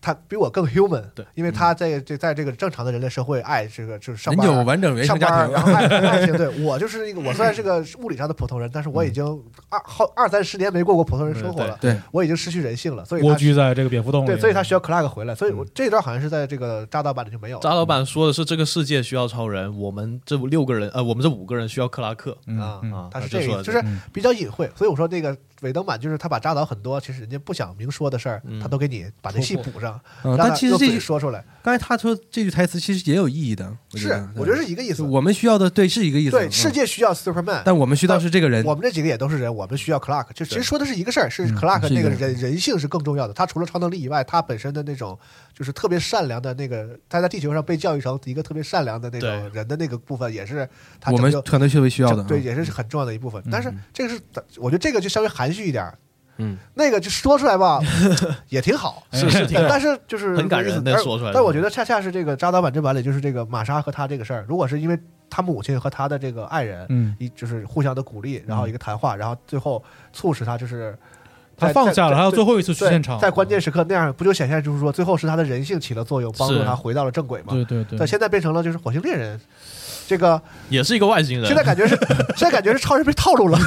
他比我更 human，对因为他在这在这个正常的人类社会，爱这个就是上人班家啊、有完整原上生班家儿，然后庭，啊爱 爱情，对我就是一个，我虽然是个物理上的普通人，但是我已经二好二三十年没过过普通人生活了，嗯对啊对对我已经失去人性了，所以嗯蜗他居在这个蝙蝠洞里，对，所以他需要 Clark 回来，所以嗯我这一段好像是在这个扎导版里就没有了啊扎老板说的是这个世界需要超人，我们这六个人，呃，我们这五个人需要克拉克。嗯啊嗯啊，他是就这说个，的就是嗯比较隐晦，所以我说那个尾灯版就是他把扎导很多其实人家不想明说的事儿，他都给你把那戏补上，嗯，让但他其实用这嘴句说出来。刚才他说这句台词其实也有意义的，是得，我觉得对是一个意思就。我们需要的对是一个意思，对，嗯世，界需要 Superman，但我们需要是这个人我，们这几个也都是人，我们需要 Clark。就其实对说的是一个事儿，是嗯 Clark 是一那个个人人人性是更重要的。他除了超能力以外，他本身的那种就是特别善良的那个，他在地球上被教育成一个特别善良的那种对人的那个部分，也是他我拯们救团队特别需要的，对，嗯也是很重要的一部分。但是嗯这个是，我觉得这个就稍微含蓄一点儿，嗯，那个就说出来吧， 也 挺好。是是挺但但是就是很感人意思但而说出来的但我觉得恰恰是这个扎导版正版里，就是这个玛莎和他这个事儿，如果是因为他母亲和他的这个爱人，嗯，一就是互相的鼓励，然后一个谈话，然后最后促使他就是在他放下了，在还有最后一次去对现场，在关键时刻那样，不就显现就是说，最后是他的人性起了作用，帮助是他回到了正轨嘛？对对对但，现在变成了就是火星猎人，这个也是一个外星人。现在感觉是现在感觉是超人被套路了，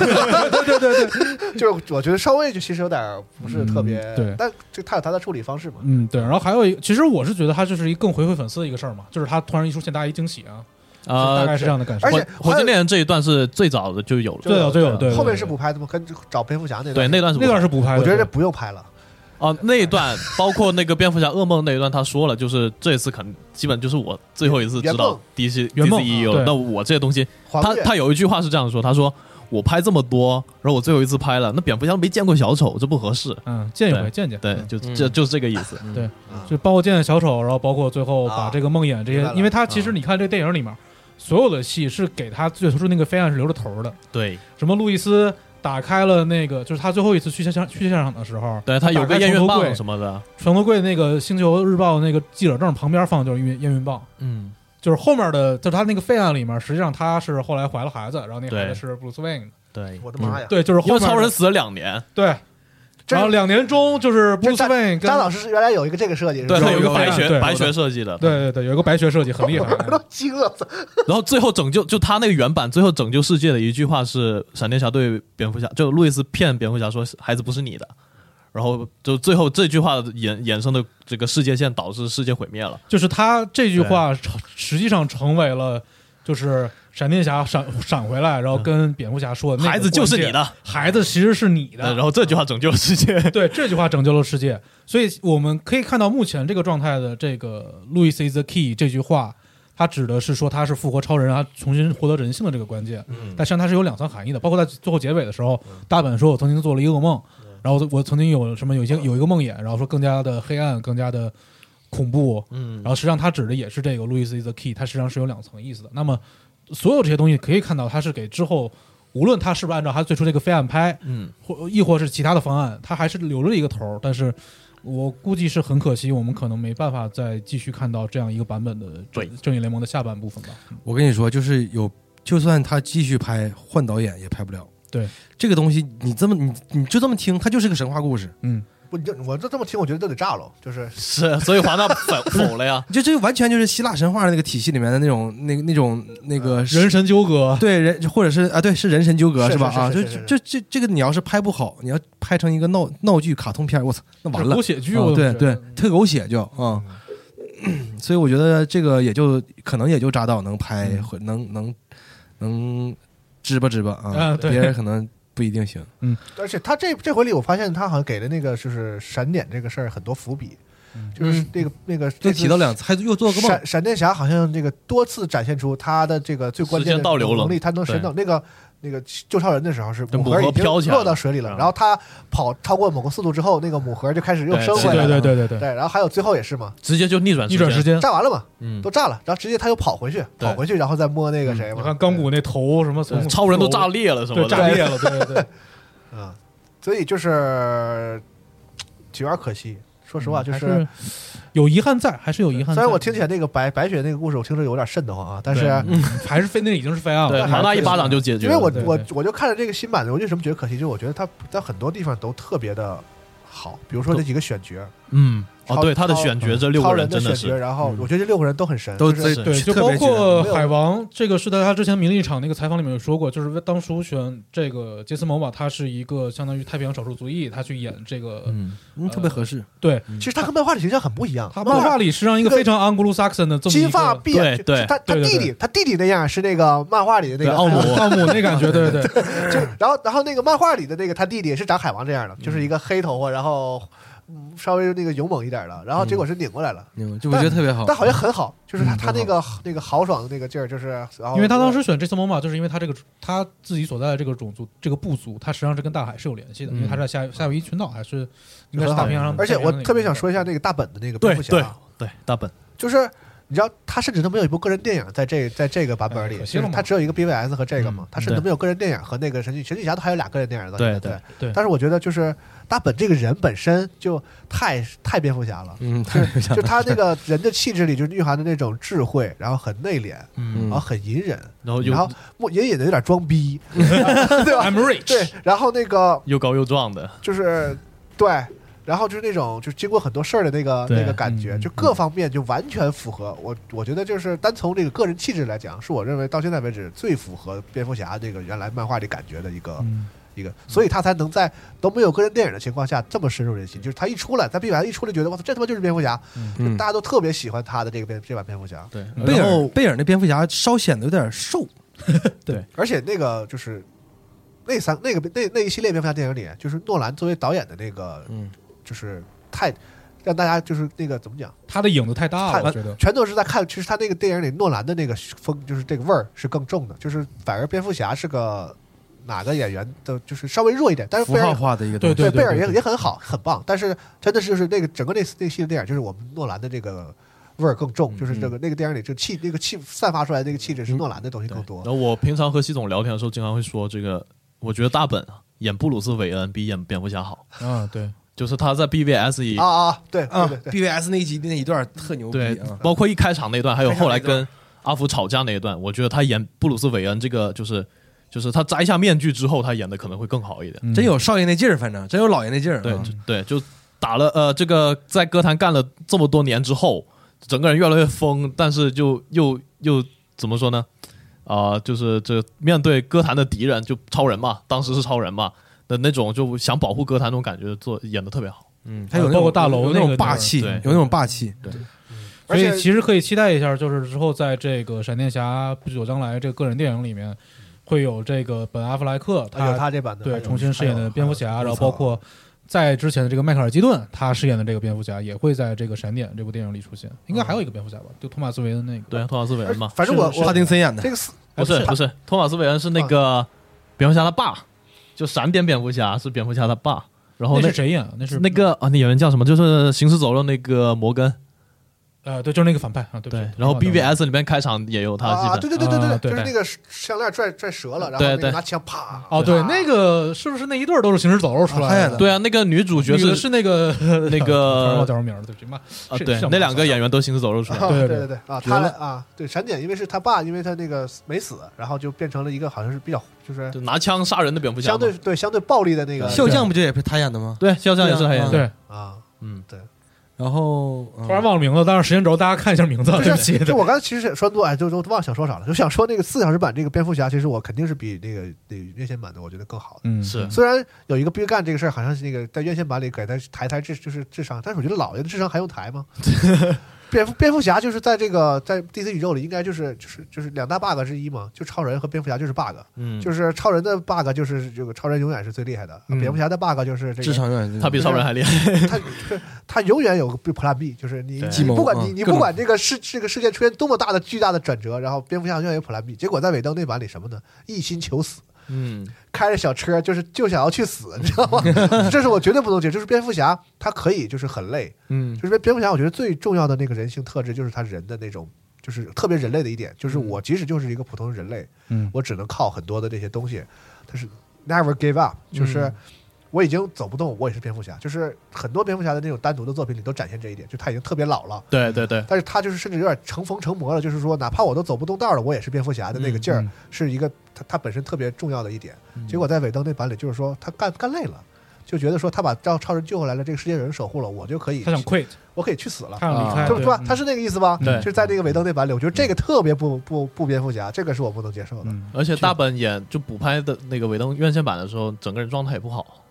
对对对对，就是我觉得稍微就其实有点不是特别嗯，对但这他有他的处理方式嘛，嗯，对，然后还有一个，其实我是觉得他就是一个更回馈粉丝的一个事儿嘛，就是他突然一出现，大家一惊喜啊，啊大，概是这样的感受而。且火还火有箭猎人这一段是最早的就有了，对的，对的，对的。后面对是的补拍的吗？跟找蝙蝠侠那对那段是那段是补拍的，我觉得这对不用拍了，哦，那一段包括那个蝙蝠侠噩梦那一段，他说了，就是这次肯基本就是我最后一次知圆梦道 DC 圆梦啊 DCEU 对 E 了。那我这些东西，黄他月他有一句话是这样说，他说我拍这么多，然后我最后一次拍了，那蝙蝠侠没见过小丑，这不合适。嗯，见一回对见见，对，嗯就这就是这个意思。啊就包括见见小丑，然后包括最后啊把这个梦魇这些明白，了嗯因为他其实你看这个电影里面，所有的戏是给他最初的那个飞案是留着头儿的， 对，什么路易斯打开了那个，就是他最后一次去现场去现场的时候，对他有个打开烟床云头柜棒什么的，床头柜那个《星球日报》那个记者证旁边放的就是烟烟云棒，嗯，就是后面的，就是他那个废案里面，实际上他是后来怀了孩子，然后那孩对子是 Bruce Wayne 的。对，我的妈呀！嗯对，就是因后为面的超人死了两年，对，这然后两年中就是 Bruce 扎 Wayne 跟张老师原来有一个这个设计，是吧对他有一个有白有有学白学设计的，对对对，有一个白学设计很厉 害，我都惊了，然后最后拯救，就他那个原版最后拯救世界的一句话是闪电侠对蝙蝠侠，就路易斯骗蝙蝠侠说孩子不是你的，然后就最后这句话衍衍生的这个世界线导致世界毁灭啊了。就是他这句话成实际上成为了就是闪电侠闪闪回来，然后跟蝙蝠侠说的那个嗯孩子就是关键你的，孩子其实是你的，呃然后这句话拯救世界。 对这句话拯救了世界，所以我们可以看到目前这个状态的这个 “Louis is the key” 这句话，它指的是说他是复活超人，他重新获得人性的这个关键。嗯，但实际上它是有两层含义的，包括在最后结尾的时候，大本说我曾经做了一个噩梦，然后我曾经有什么有一些有一个梦魇，然后说更加的黑暗，更加的恐怖。嗯然，后实际上它指的也是这个 “Louis is the key”，它实际上是有两层意思的。那么所有这些东西可以看到，它是给之后。无论他是不是按照他最初那个飞案拍，嗯，或亦或是其他的方案，他还是留了一个头儿，但是我估计是很可惜，我们可能没办法再继续看到这样一个版本的对正正义联盟的下半部分吧。我跟你说，就是有，就算他继续拍，换导演也拍不了。对这个东西，你这么你你就这么听，它就是个神话故事，嗯，我这我这这么听，我觉得都得炸了，就是是，所以华纳否否了呀。就这完全就是希腊神话那个体系里面的那种那那种那个呃人神纠 葛，对人或者是啊对是人神纠葛是吧是啊是就是是就这这个你要是拍不好，你要拍成一个闹闹剧卡通片，我操，那完了狗。血剧，啊我怎对么觉对得，特狗血就啊。 所以我觉得这个也就可能也就扎导能拍，嗯或能能能支吧支吧啊，啊对别人可能不一定行。而且他这这回里，我发现他好像给了那个就是闪点这个事儿很多伏笔，就是那个那个就这次提到两次，还又做个梦，闪闪电侠好像这个多次展现出他的这个最关键时的间倒流了能力，他能神到那个那个救超人的时候是对盒母盒已经飘起来落了到水里了，嗯然后他跑超过某个速度之后，那个母盒就开始又对升回对来对了，对对对对，对，然后还有最后也是嘛，直接就逆转逆转时间。炸完了嘛，嗯都，炸了，然后直接他又跑回去，对嗯跑回去然后再摸那个谁嘛，你看钢骨那头什么从超人都炸裂了什对么炸的。裂了，对对对，对啊，所以就是就有点可惜，说嗯实话就还是。是有遗憾在，还是有遗憾在。虽然我听起来那个白白雪那个故事，我听着有点瘆得慌啊，但是嗯还是飞，那已经是飞案对，了。华纳一巴掌就解决因为了。我对我对我就看着这个新版的，我为什么觉得可惜？就是我觉得它在很多地方都特别的好，比如说这几个选角，嗯，哦，超对，他的超选角这六超个人真的选角，是，然后我觉得这六个人都很神，都就是自对，是就特包别括紧海王，这个是在他之前名利场那个采访里面有说过，就是当初选这个杰斯·某马，他是一个相当于太平洋少数族裔，他去演这个，嗯，嗯，特别合适。对其实他和漫画的形象很不一样。他漫画里里是让一个非常安格鲁萨克森的这么一金个 发碧眼，对就对就他他对对弟弟他弟弟那样是那个漫画里的那对，个 奥姆，奥姆那感觉，对对对，就然后然后那个漫画里的那个他弟弟是长海王这样的，就是一个黑头发，然后嗯稍微那个勇猛一点的，然后结果是拧过来了，嗯，就我觉得特别好。但好像很好，就是他嗯他那个那个豪爽的那个劲儿，就是然后因为他当时选这次某马，就是因为他这个他自己所在的这个种族这个部族，他实际上是跟大海是有联系的，因为他是在夏夏威夷群岛，还是应该是大平洋上。嗯而且我特别想说一下，下那个大本的那个对蝙蝠侠对啊，对，大本，就是。你知道他甚至都没有一部个人电影在这在这个版本里，哎可惜就了嘛是他只有一个 BVS 和这个嘛嗯，他甚至没有个人电影和那个神奇神奇侠都还有俩个人电影的，对对对但是我觉得就是大本这个人本身就太太蝙蝠侠了，嗯，就特别像就他那个人的气质里，就是蕴含着那种智慧，然后很内敛，嗯然后很隐忍，然后又然后不隐忍的有点装逼，对吧？ I'm rich，对，然后那个又高又壮的，就是对，然后就是那种就是经过很多事儿的那个对那个感觉，嗯就各方面就完全符合我。我觉得就是单从这个个人气质来讲，是我认为到现在为止最符合蝙蝠侠这个原来漫画里感觉的一个嗯一个，所以他才能在都没有个人电影的情况下这么深入人心。就是他一出来，在 B 版一出来，觉得我操，这他妈就是蝙蝠侠，嗯大家都特别喜欢他的这个蝙这版蝙蝠侠。对，贝然后尔贝尔那蝙蝠侠稍显得有点瘦，而且那个就是那三那个那那一系列蝙蝠侠电影里，就是诺兰作为导演的那个，嗯就是太让大家就是那个怎么讲，他的影子太大太了，我觉得。全都是在看。其实他那个电影里诺兰的那个风，就是这个味儿是更重的，就是反而蝙蝠侠是个哪个演员的，就是稍微弱一点，但是符贝尔号化的一个东对西。对贝尔对也对也很好，很棒。但是真的是就是那个整个那那系列电影，就是我们诺兰的这个味儿更重，就是这个那个电影里就气那个气散发出来的那个气质是诺兰的东西更多然。后我平常和习总聊天的时候，经常会说这个，我觉得大本啊演布鲁斯韦恩比演蝙蝠侠好，啊，对，就是他在 BVS 里啊啊，对对啊对对。 ，BVS 那一集那一段特牛逼对啊，！包括一开场那段，还有后来开场那跟阿福吵架那一段，我觉得他演布鲁斯韦恩这个就是就是他摘下面具之后，他演的可能会更好一点。真有少爷那劲儿，反正真有老爷那劲儿。嗯对、啊就对，就打了呃，这个在歌坛干了这么多年之后，整个人越来越疯，但是就又又怎么说呢？啊、就是这面对歌坛的敌人，就超人嘛，当时是超人嘛的那种，就想保护歌坛那种感觉，做演的特别好。嗯，还有那包括种大楼有那那个种霸气，对有那种霸气。所而且以其实可以期待一下，就是之后在这个闪电侠不久将来这个个人电影里面，会有这个本阿弗莱克他啊有他这版的，还对有重新饰演的蝙蝠侠，还有然后包括在之前的这个迈克尔基顿他饰演的这个蝙蝠侠也会在这个闪点这部电影里出现，应该还有一个蝙蝠侠吧，就托马斯韦恩那个。对，啊托马斯韦而恩嘛，反正我帕我丁森演的这个四不是不是是，托马斯韦恩是那个啊蝙蝠侠他爸，就闪点蝙蝠侠是蝙蝠侠他爸，然后那那是谁演啊？那是那个啊，那演员叫什么？就是《行尸走肉》那个摩根，呃，对，就是那个反派啊，对不起对，然后 BVS 里面开场也有他，啊，基对本对对对对啊对对，就是那个项链拽拽折了，然后对那个对拿枪啪。哦，对，那个是不是那一对儿都是行尸走肉出来啊他演的？的对啊，那个女主角女的是是那 啊个那突然忘叫个呃什么名儿了，对不起，妈啊，是对是吗，那两个演员都行尸走肉出 来啊的。对对对对啊，他来啊，对闪点，因为是他爸，因为他那个没死，然后就变成了一个好像是比较就是就拿枪杀人的蝙蝠侠相嘛，对对相对暴力的那个笑匠不就也是他演的吗？对，肖像也是他演的，对，啊，嗯，然后嗯突然忘了名字，但是时间轴大家看一下名字， 对就不起是，就我刚才其实也说多，哎，就就忘想说啥了，就想说那个四小时版这个蝙蝠侠，其实我肯定是比那个那个院线版的我觉得更好的。嗯，是虽然有一个 Big 干这个事儿，好像是那个在院线版里给他抬抬智就是智商，但是我觉得老爷的智商还用 抬吗？蝙蝠蝙蝠侠就是在这个在 DC 宇宙里，应该就是就是就是两大 bug 之一嘛，就超人和蝙蝠侠就是 bug，嗯，就是超人的 bug 就是这个超人永远是最厉害的，嗯蝙蝠侠的 bug 就是这智个商有点他比超人还厉害，他就是他永远有个 plan B，就是你对你计谋不管你嗯你各不种管这个事这个事件出现多么大的巨大的转折，然后蝙蝠侠永远有 plan B，结果在尾灯那版里什么呢？一心求死。 嗯，开着小车，就是就想要去死，你知道吗？这是我绝对不能接受。就是蝙蝠侠，他可以就是很累，嗯就是蝙蝙蝠侠，我觉得最重要的那个人性特质就是他人的那种，就是特别人类的一点，就是我即使就是一个普通人类，嗯我只能靠很多的这些东西，他是 never give up，就是我已经走不动，我也是蝙蝠侠，就是很多蝙蝠侠的那种单独的作品里都展现这一点，就他已经特别老了。对对对，但是他就是甚至有点成疯成魔了，就是说，哪怕我都走不动道了，我也是蝙蝠侠的那个劲儿，嗯嗯嗯是一个他他本身特别重要的一点。结果在尾灯那版里，就是说他干干累了，就觉得说他把赵超人救回来了，这个世界有人守护了，我就可以他，想 quit，我可以去死了。他想嗯离开，对吧？他是是那个意思吧？对就是在这个尾灯那版里，我觉得这个特别不不不蝙蝠侠，这个是我不能接受的。嗯，而且大本演就补拍的那个尾灯院线版的时候，整个人状态也不好，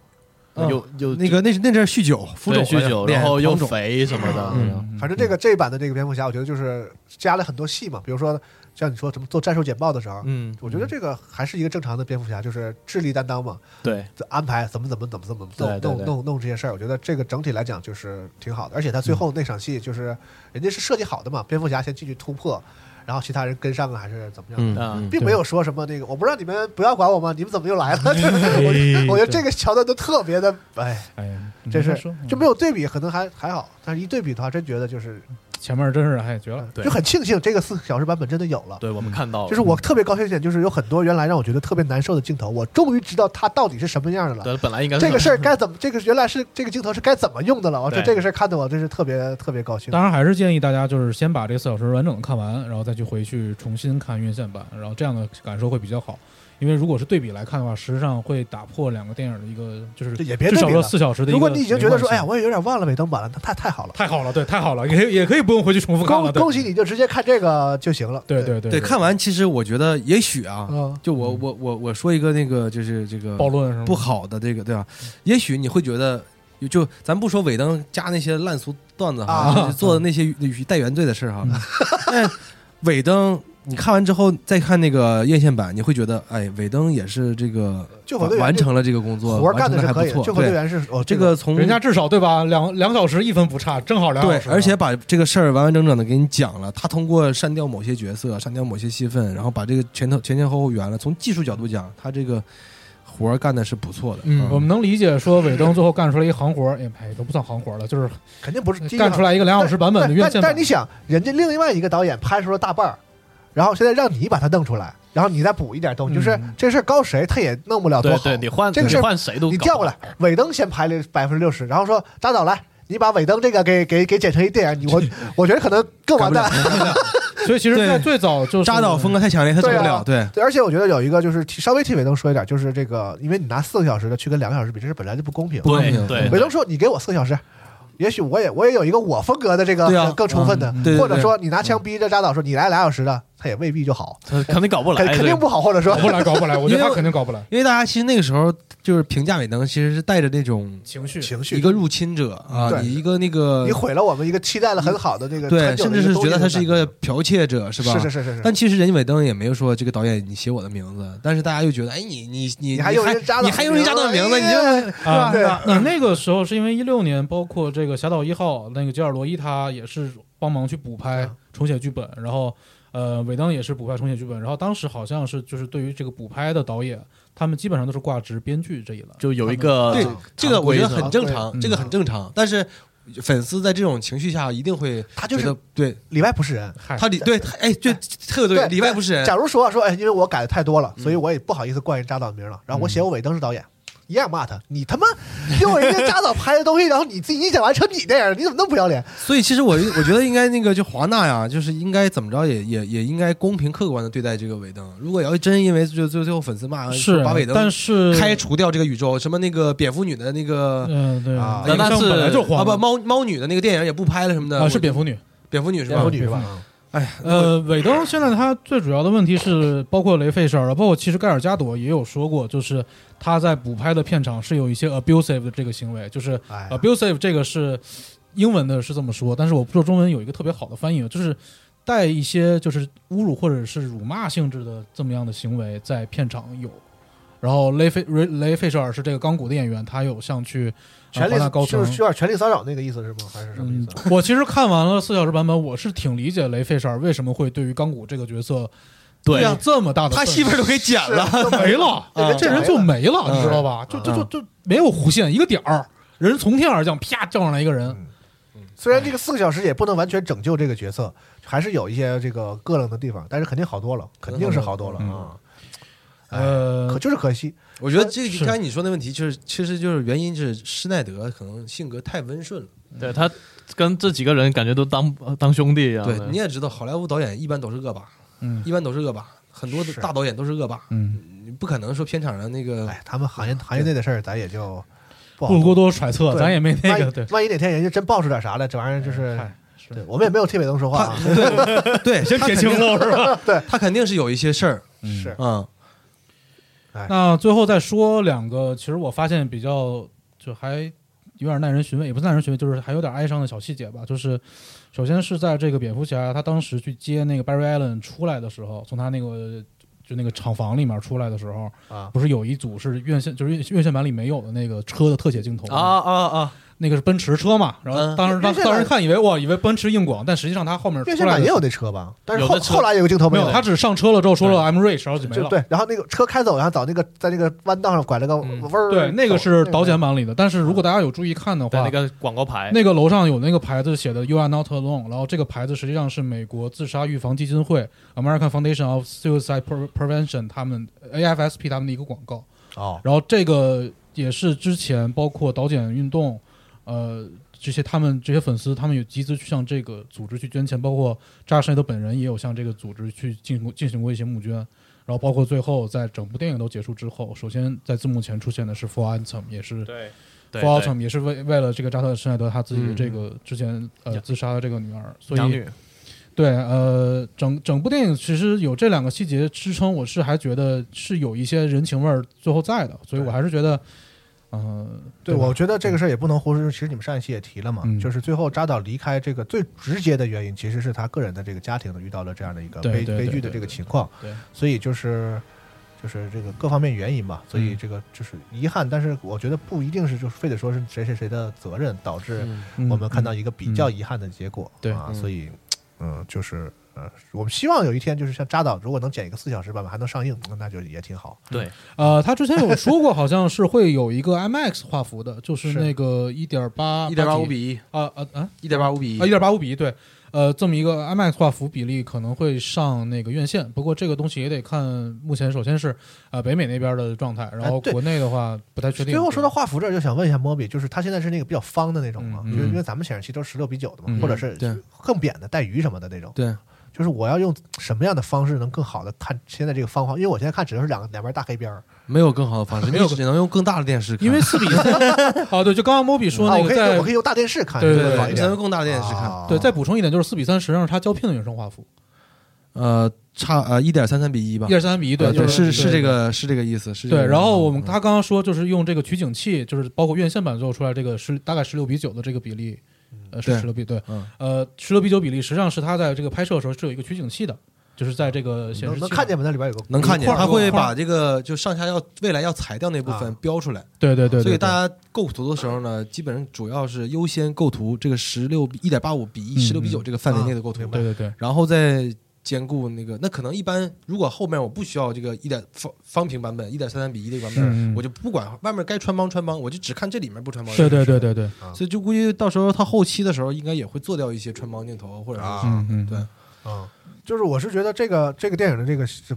嗯又又那个那是那阵儿酗酒，哎浮对肿酗酒，然后又又肥什么的，嗯反正这个这一版的这个蝙蝠侠，我觉得就是加了很多戏嘛，比如说像你说什么做战术简报的时候，嗯，我觉得这个还是一个正常的蝙蝠侠，就是智力担当嘛，对，安排怎么怎么怎么怎么对弄对弄对弄弄这些事儿，我觉得这个整体来讲就是挺好的。而且他最后那场戏就是人家是设计好的嘛，蝙蝠侠先进去突破，然后其他人跟上啊，还是怎么样嗯的。啊嗯并没有说什么那个，我不让你们不要管我吗？你们怎么又来 了？ 就是我觉得我觉得这个桥段都特别的，哎，哎呀，真是你说嗯嗯就没有对比，可能还还好，但是一对比的话，真觉得就是前面真是哎绝了，对就很庆幸这个四个小时版本真的有了。对我们看到了，就是我特别高兴一点，就是有很多原来让我觉得特别难受的镜头，我终于知道它到底是什么样的了。嗯对本来 应该这个事儿，儿该怎么？这个原来是这个镜头是该怎么用的了？我这对这个事儿看得我真是特别特别高兴。当然还是建议大家就是先把这四小时完整的看完，然后再去回去重新看院线版，然后这样的感受会比较好。因为如果是对比来看的话，实际上会打破两个电影的一个就是这也别至对少比说了。四小时的一个如果你已经觉得连贯说，性哎呀，我也有点忘了尾灯版了，那太太好了，太好了，对，太好了，也可以也可以不用回去重复看了。恭对恭喜，你就直接看这个就行了。对对对对。看完其实我觉得也许啊，嗯就我我我我说一个那个就是这个暴论是吗？不好的这个对吧？也许你会觉得，就咱不说尾灯加那些烂俗段子哈，啊嗯就是做的那些与带原罪的事儿哈， 但尾灯。你看完之后再看那个院线版，你会觉得，哎，尾灯也是这个救火队员完成了这个工作，活儿干的的是还不可以的，错。救火队对，员是哦，这个从人家至少对吧？两两小时一分不差，正好两嗯对小时，，啊而且啊把这个事儿完完整整的给你讲了。他通过删掉某些角色，删掉某些戏份，然后把这个前头前前后后圆了。从技术角度讲，他这个活儿干的是不错的。嗯，我们能理解说尾灯最后干出来一行活儿，也哎都不算行活儿了，就是肯定不是第一干出来一个两小时版本的院但线但版但你。想，人家另外一个导演拍出了大半儿，然后现在让你把它弄出来，然后你再补一点东西，就是嗯这事儿高谁他也弄不了多对好。对，你换这个你事儿换谁都你搞调过来，尾灯先排了百分之六十，然后说扎导来，你把尾灯这个给给给剪成一电影， 你我我觉得可能更完蛋。所以其实，对在最早就是扎导风格太强烈，他整不了。对，对，而啊且我觉得有一个就是提稍微替尾灯说一点，就是这个，因为你拿四个小时的去跟两个小时比，这是本来就不公平。不公平。对尾灯说你给我四个小时。也许我也我也有一个我风格的这个对啊更充分的，对对或者对说你拿枪逼着扎导说你来俩小时的，他也未必就好，他肯定搞不来肯，肯定对不好，或者说搞不来，搞不来，我觉得因为他肯定搞不来。因为大家其实那个时候就是评价尾灯，其实是带着那种情绪情绪一个入侵者啊，对你一个那个你毁了我们一个期待了很好的这个，对，很久甚的至一是东西觉得他是一的个剽窃者，是吧？感觉是是是是是，但其实人家尾灯也没有说这个导演你写我的名字，但是大家又觉得，哎，你你你你还用人扎导哎你还用人家的名字，你就你啊，对那那个时候是因为一六年，包括这个《侠盗一号》，那个吉尔罗伊他也是帮忙去补拍、嗯重写剧本，然后呃，尾灯也是补拍、重写剧本，然后当时好像是就是对于这个补拍的导演，他们基本上都是挂职编剧这一栏。就有一个对啊这个我觉得很正常常，规这个很正常。但是粉丝在这种情绪下一定会他就是觉得对里外不是人。嗨，他里对他哎对特对对里外不是人假，如说说，哎，因为我改的太多了，所以我也不好意思冠人扎导的名了。然后我写我尾灯是导演，一样骂他，你他妈用人家扎导拍的东西，然后你自己一讲完成你那样，你怎么那么不要脸？所以其实我我觉得应该那个就华纳呀，就是应该怎么着也也也应该公平客观的对待这个尾灯。如果要真因为就最最后粉丝骂是把尾，灯但是开除掉这个宇宙，什么那个蝙蝠女的那个嗯、对，啊那个但项目是本来就啊黄不猫猫女的那个电影也不拍了什么的，啊是我蝙蝠女。蝙蝠女是蝙吧蝠？女是吧？哎，呃，尾灯现在他最主要的问题是，包括雷费舍尔，包括其实盖尔加朵也有说过，就是他在补拍的片场是有一些 abusive 的这个行为，就是哎，啊 abusive 这个是英文的是这么说，但是我不知道中文有一个特别好的翻译，啊就是带一些就是侮辱或者是辱骂性质的这么样的行为在片场有。然后雷费雷雷费舍尔是这个钢骨的演员，他有像去呃权啊华纳力高层就是需要权力骚扰那个意思是吗？还是什么意嗯思？，啊我其实看完了四小时版本，我是挺理解雷费舍尔为什么会对于钢骨这个角色对有这么大的他愤媳妇怒儿都给剪嗯 了，没了，这人这人就没了，你知道吧？就就就就没有弧线，一个点儿，人从天而降，啪叫上来一个人， 虽然这个四个小时也不能完全拯救这个角色，还是有一些这个膈冷的地方，但是肯定好多了，肯定是好多了嗯啊。哎，呃可，就是可惜，我觉得这是个刚才你说的问题，就是其实就是原因是施耐德可能性格太温顺了。对他跟这几个人感觉都当当兄弟一样对的，，你也知道，好莱坞导演一般都是恶霸，嗯一般都是恶霸，很多的是大导演都是恶霸，嗯，你不可能说片场上那个哎，他们行业行业内的事儿，咱也就不好不弄过多揣测，对咱也没 那万个一对。哎万一哪天人家真爆出点啥来，这玩意儿就是，对我们也没有替北东说话啊，对，先他撇肯清定喽，是吧？他肯定是有一些事儿，是嗯，那最后再说两个，其实我发现比较就还有点耐人寻味，也不是耐人寻味，就是还有点哀伤的小细节吧。就是首先是在这个蝙蝠侠他当时去接那个 Barry Allen 出来的时候，从他那个就那个厂房里面出来的时候，啊不是有一组是院线就是院院线版里没有的那个车的特写镜头吗啊啊啊，那个是奔驰车嘛，然后嗯当时当院线版当时看以为哇，以为奔驰硬广，但实际上他后面出院线来版的也时候有那车吧，但是有后那车后来有个镜头没有，有，他只是上车了之后说了 I'm rich，然后就没就了。对，然后那个车开走，然后找那个在那个弯道上拐了个嗯弯儿，对，那个是走导剪，版里的，但是如果大家有注意看的在话那，个广告牌，那个楼上有那个牌子写的 “You are not alone”，然后这个牌子实际上是美国自杀预防基金会 American Foundation of Suicide Pre- Prevention 他们 AFSP 他们的一个广告。那个哦，然后这个也是之前包括导剪运动，呃，这些他们这些粉丝他们有集资去向这个组织去捐钱，包括扎克施奈德本人也有向这个组织去进行进行过一些募捐。然后包括最后在整部电影都结束之后，首先在字幕前出现的是 For Anthem，也是对对 f o r t u 对 m 也是为为了这个扎克施奈德他自己的嗯这个之前呃养自杀的这个女儿，所养以女，对呃整整部电影其实有这两个细节支撑，我是还觉得是有一些人情味儿最后在的，所以我还是觉得，嗯，对，吧我觉得这个事儿也不能忽视。其实你们上一期也提了嘛，嗯就是最后扎导离开这个最直接的原因，其实是他个人的这个家庭的遇到了这样的一个对悲对对悲剧的对这个情况，对所以就是就是这个各方面原因吧，所以嗯这个就是遗憾，但是我觉得不一定是就是非得说是谁谁谁的责任导致嗯我们看到一个比较遗憾的结果，对啊，嗯所以嗯，就是呃，我们希望有一天就是像扎导如果能剪一个四小时版本还能上映，那就也挺好。对，呃，他之前有说过，好像是会有一个 IMAX 画幅的，就是是那个一点八一点八五比一，啊啊啊一点八五比啊一一，点八五比一对，呃，这么一个 IMAX 画幅比例可能会上那个院线，不过这个东西也得看目前首先是呃北美那边的状态，然后哎对国内的话不太确定。最后说到画幅这儿，就想问一下莫比，就是他现在是那个比较方的那种嘛？嗯就是嗯因为咱们显示器都是十六比九的嘛，嗯或者是对更扁的带鱼什么的那种。对，就是我要用什么样的方式能更好的看现在这个方法？因为我现在看只能是两个两边大黑边儿。没有更好的方式，没有你只能用更大的电视看，因为四 比三，哦对，就刚刚莫比说啊，那我个可以用我可在以用大电视看，对这对个对好对，一你点才能。更大的电视看，啊对再补充一点，就是四比三实际上是他胶片的原生画幅，呃，差呃一点三三比一啊吧一，二三比一呃就是是是这对个是这个意思，是这对，个然啊后我们嗯他刚刚说就是用这个取景器，就是包括院线版做出来这个十大概十六比九的这个比例，呃是对十六比对，嗯呃十六比九比例，实际上是他在这个拍摄的时候是有一个取景器的，就是在这个显示器嗯能能看见吗？那里边有个能看见，有一块他儿会有个把这个就上下要未来要裁掉那部分啊标出来，对对对，对所以对大家构图的时候呢，基本上主要是优先构图这个十六一点八五比一嗯十六比九这个范围内的构啊图明，白对对对，然后再兼顾那个，那可能一般如果后面我不需要这个一点方方屏版本一点三三比一这个版嗯本，我就不管外面该穿帮穿帮，我就只看这里面不穿帮。对对对对对，所以就估计到时候他后期的时候应该也会做掉一些穿帮镜头，或者是、啊嗯嗯，对啊，就是我是觉得这个这个电影的这个是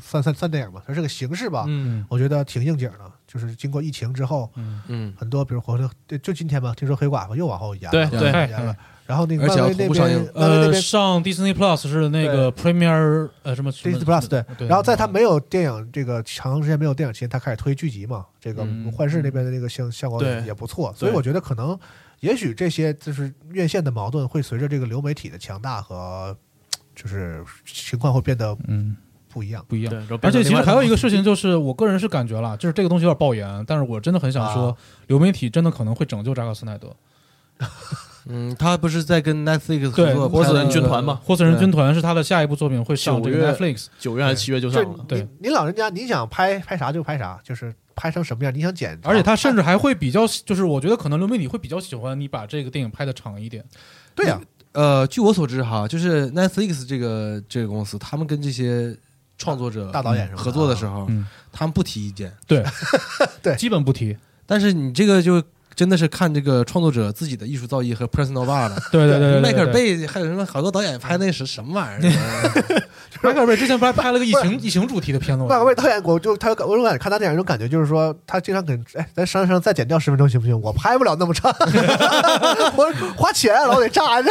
三三三电影吧，它这个形式吧，嗯我觉得挺应景的。就是经过疫情之后，嗯，嗯，很多，比如活着就就今天吧，听说黑寡妇又往后延了，对往后对延了。然后那个而且漫要威那同步上边映，漫威那呃，边上 Disney Plus 是那个 Premier 呃什么什么 Disney Plus 对，对然后在他没有电影这个长时间没有电影期间，他开始推剧集嘛。这个嗯幻视那边的那个效效果也对也不错，所以对我觉得可能也许这些就是院线的矛盾会随着这个流媒体的强大和就是情况会变得嗯不一样。不一样对。然后变而且成其实另外还有一一个事情，就是我个人是感觉啦，就是这个东西有点爆炎，但是我真的很想说啊，流媒体真的可能会拯救扎克斯奈德。嗯，他不是在跟 Netflix 合对作，波士顿军团嘛霍斯人军团是他的下一部作品会上这个九月哎 Netflix。九月还是七月就上就了，对您您老人家，你想拍拍啥就拍啥，就是拍成什么样，你想剪，而且他甚至还会比较，就是我觉得可能流媒体会比较喜欢你把这个电影拍的长一点。对嗯呀、呃，据我所知哈，就是 Netflix 这个这个公司，他们跟这些创作者、嗯大导演什么的合作的时候，嗯他们不提意见，对对哎基本不提。但是你这个就真的是看这个创作者自己的艺术造诣和 personal bar 的。对 对对对对对迈克尔贝还有什么好多导演拍那是什么玩 意儿？迈克尔贝之前不还拍了个疫情疫情主题的片子吗？麦克贝导演，我就他我总感看他电影，种感觉就是说，他经常跟哎，咱商量商量再减掉十分钟行不行？我拍不了那么长， 我花钱老得扎着。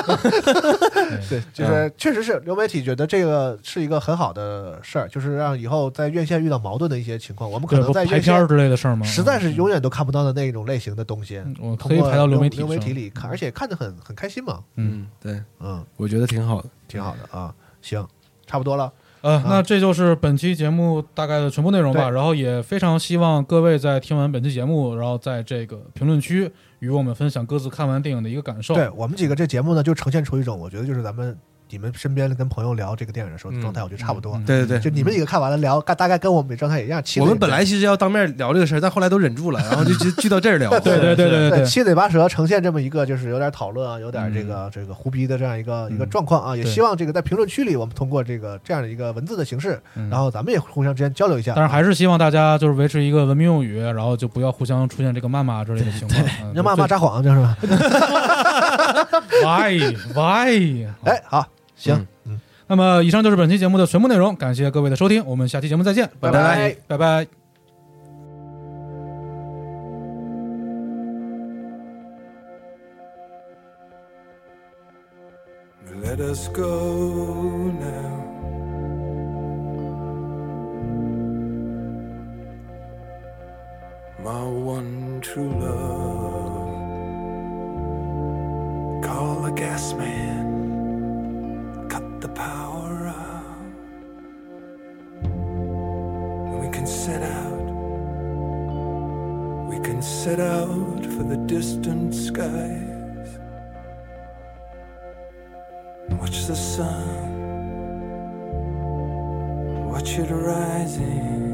对， 就是确实是流媒体觉得这个是一个很好的事儿，就是让以后在院线遇到矛盾的一些情况，我们可对能不在排院片儿线之类的事儿吗？实在是永远都看不到的那种类型的东西，嗯，我可通以过排到流媒体流媒体上。里看，而且看得很很开心嘛，嗯，对，嗯，我觉得挺好的。挺好嗯的啊，行，差不多了。呃啊，那这就是本期节目大概的全部内容吧。对然后也非常希望各位在听完本期节目，然后在这个评论区与我们分享各自看完电影的一个感受。对我们几个这节目呢，就呈现出一种，我觉得就是咱们你们身边跟朋友聊这个电影的时候嗯状态，我觉得差不多。嗯对对就对，你们几个看完了聊，大大概跟我们状态也一样。七嘴我们本来其实要当面聊这个事儿，但后来都忍住了，然后就就聚到这儿聊。对对对对对对七嘴八舌呈现这么一个就是有点讨论啊，有点这个、这个胡逼的这样一个、一个状况啊。也嗯对希望这个在评论区里，我们通过这个这样的一个文字的形式，嗯然后咱们也互相之间交流一下。但是还是希望大家就是维持一个文明用语，然后就不要互相出现这个谩骂之类的情况。嗯那骂骂撒谎，这 是吧？ ，why why？哎，好，行，那么以上就是本期节目的全部内容，感谢各位的收听，我们下期节目再见，拜拜拜拜。 Let us go now. My one true love. Call the gas man. Cut the power off. And we can set out. We can set out for the distant skies. Watch the sun. Watch it rising.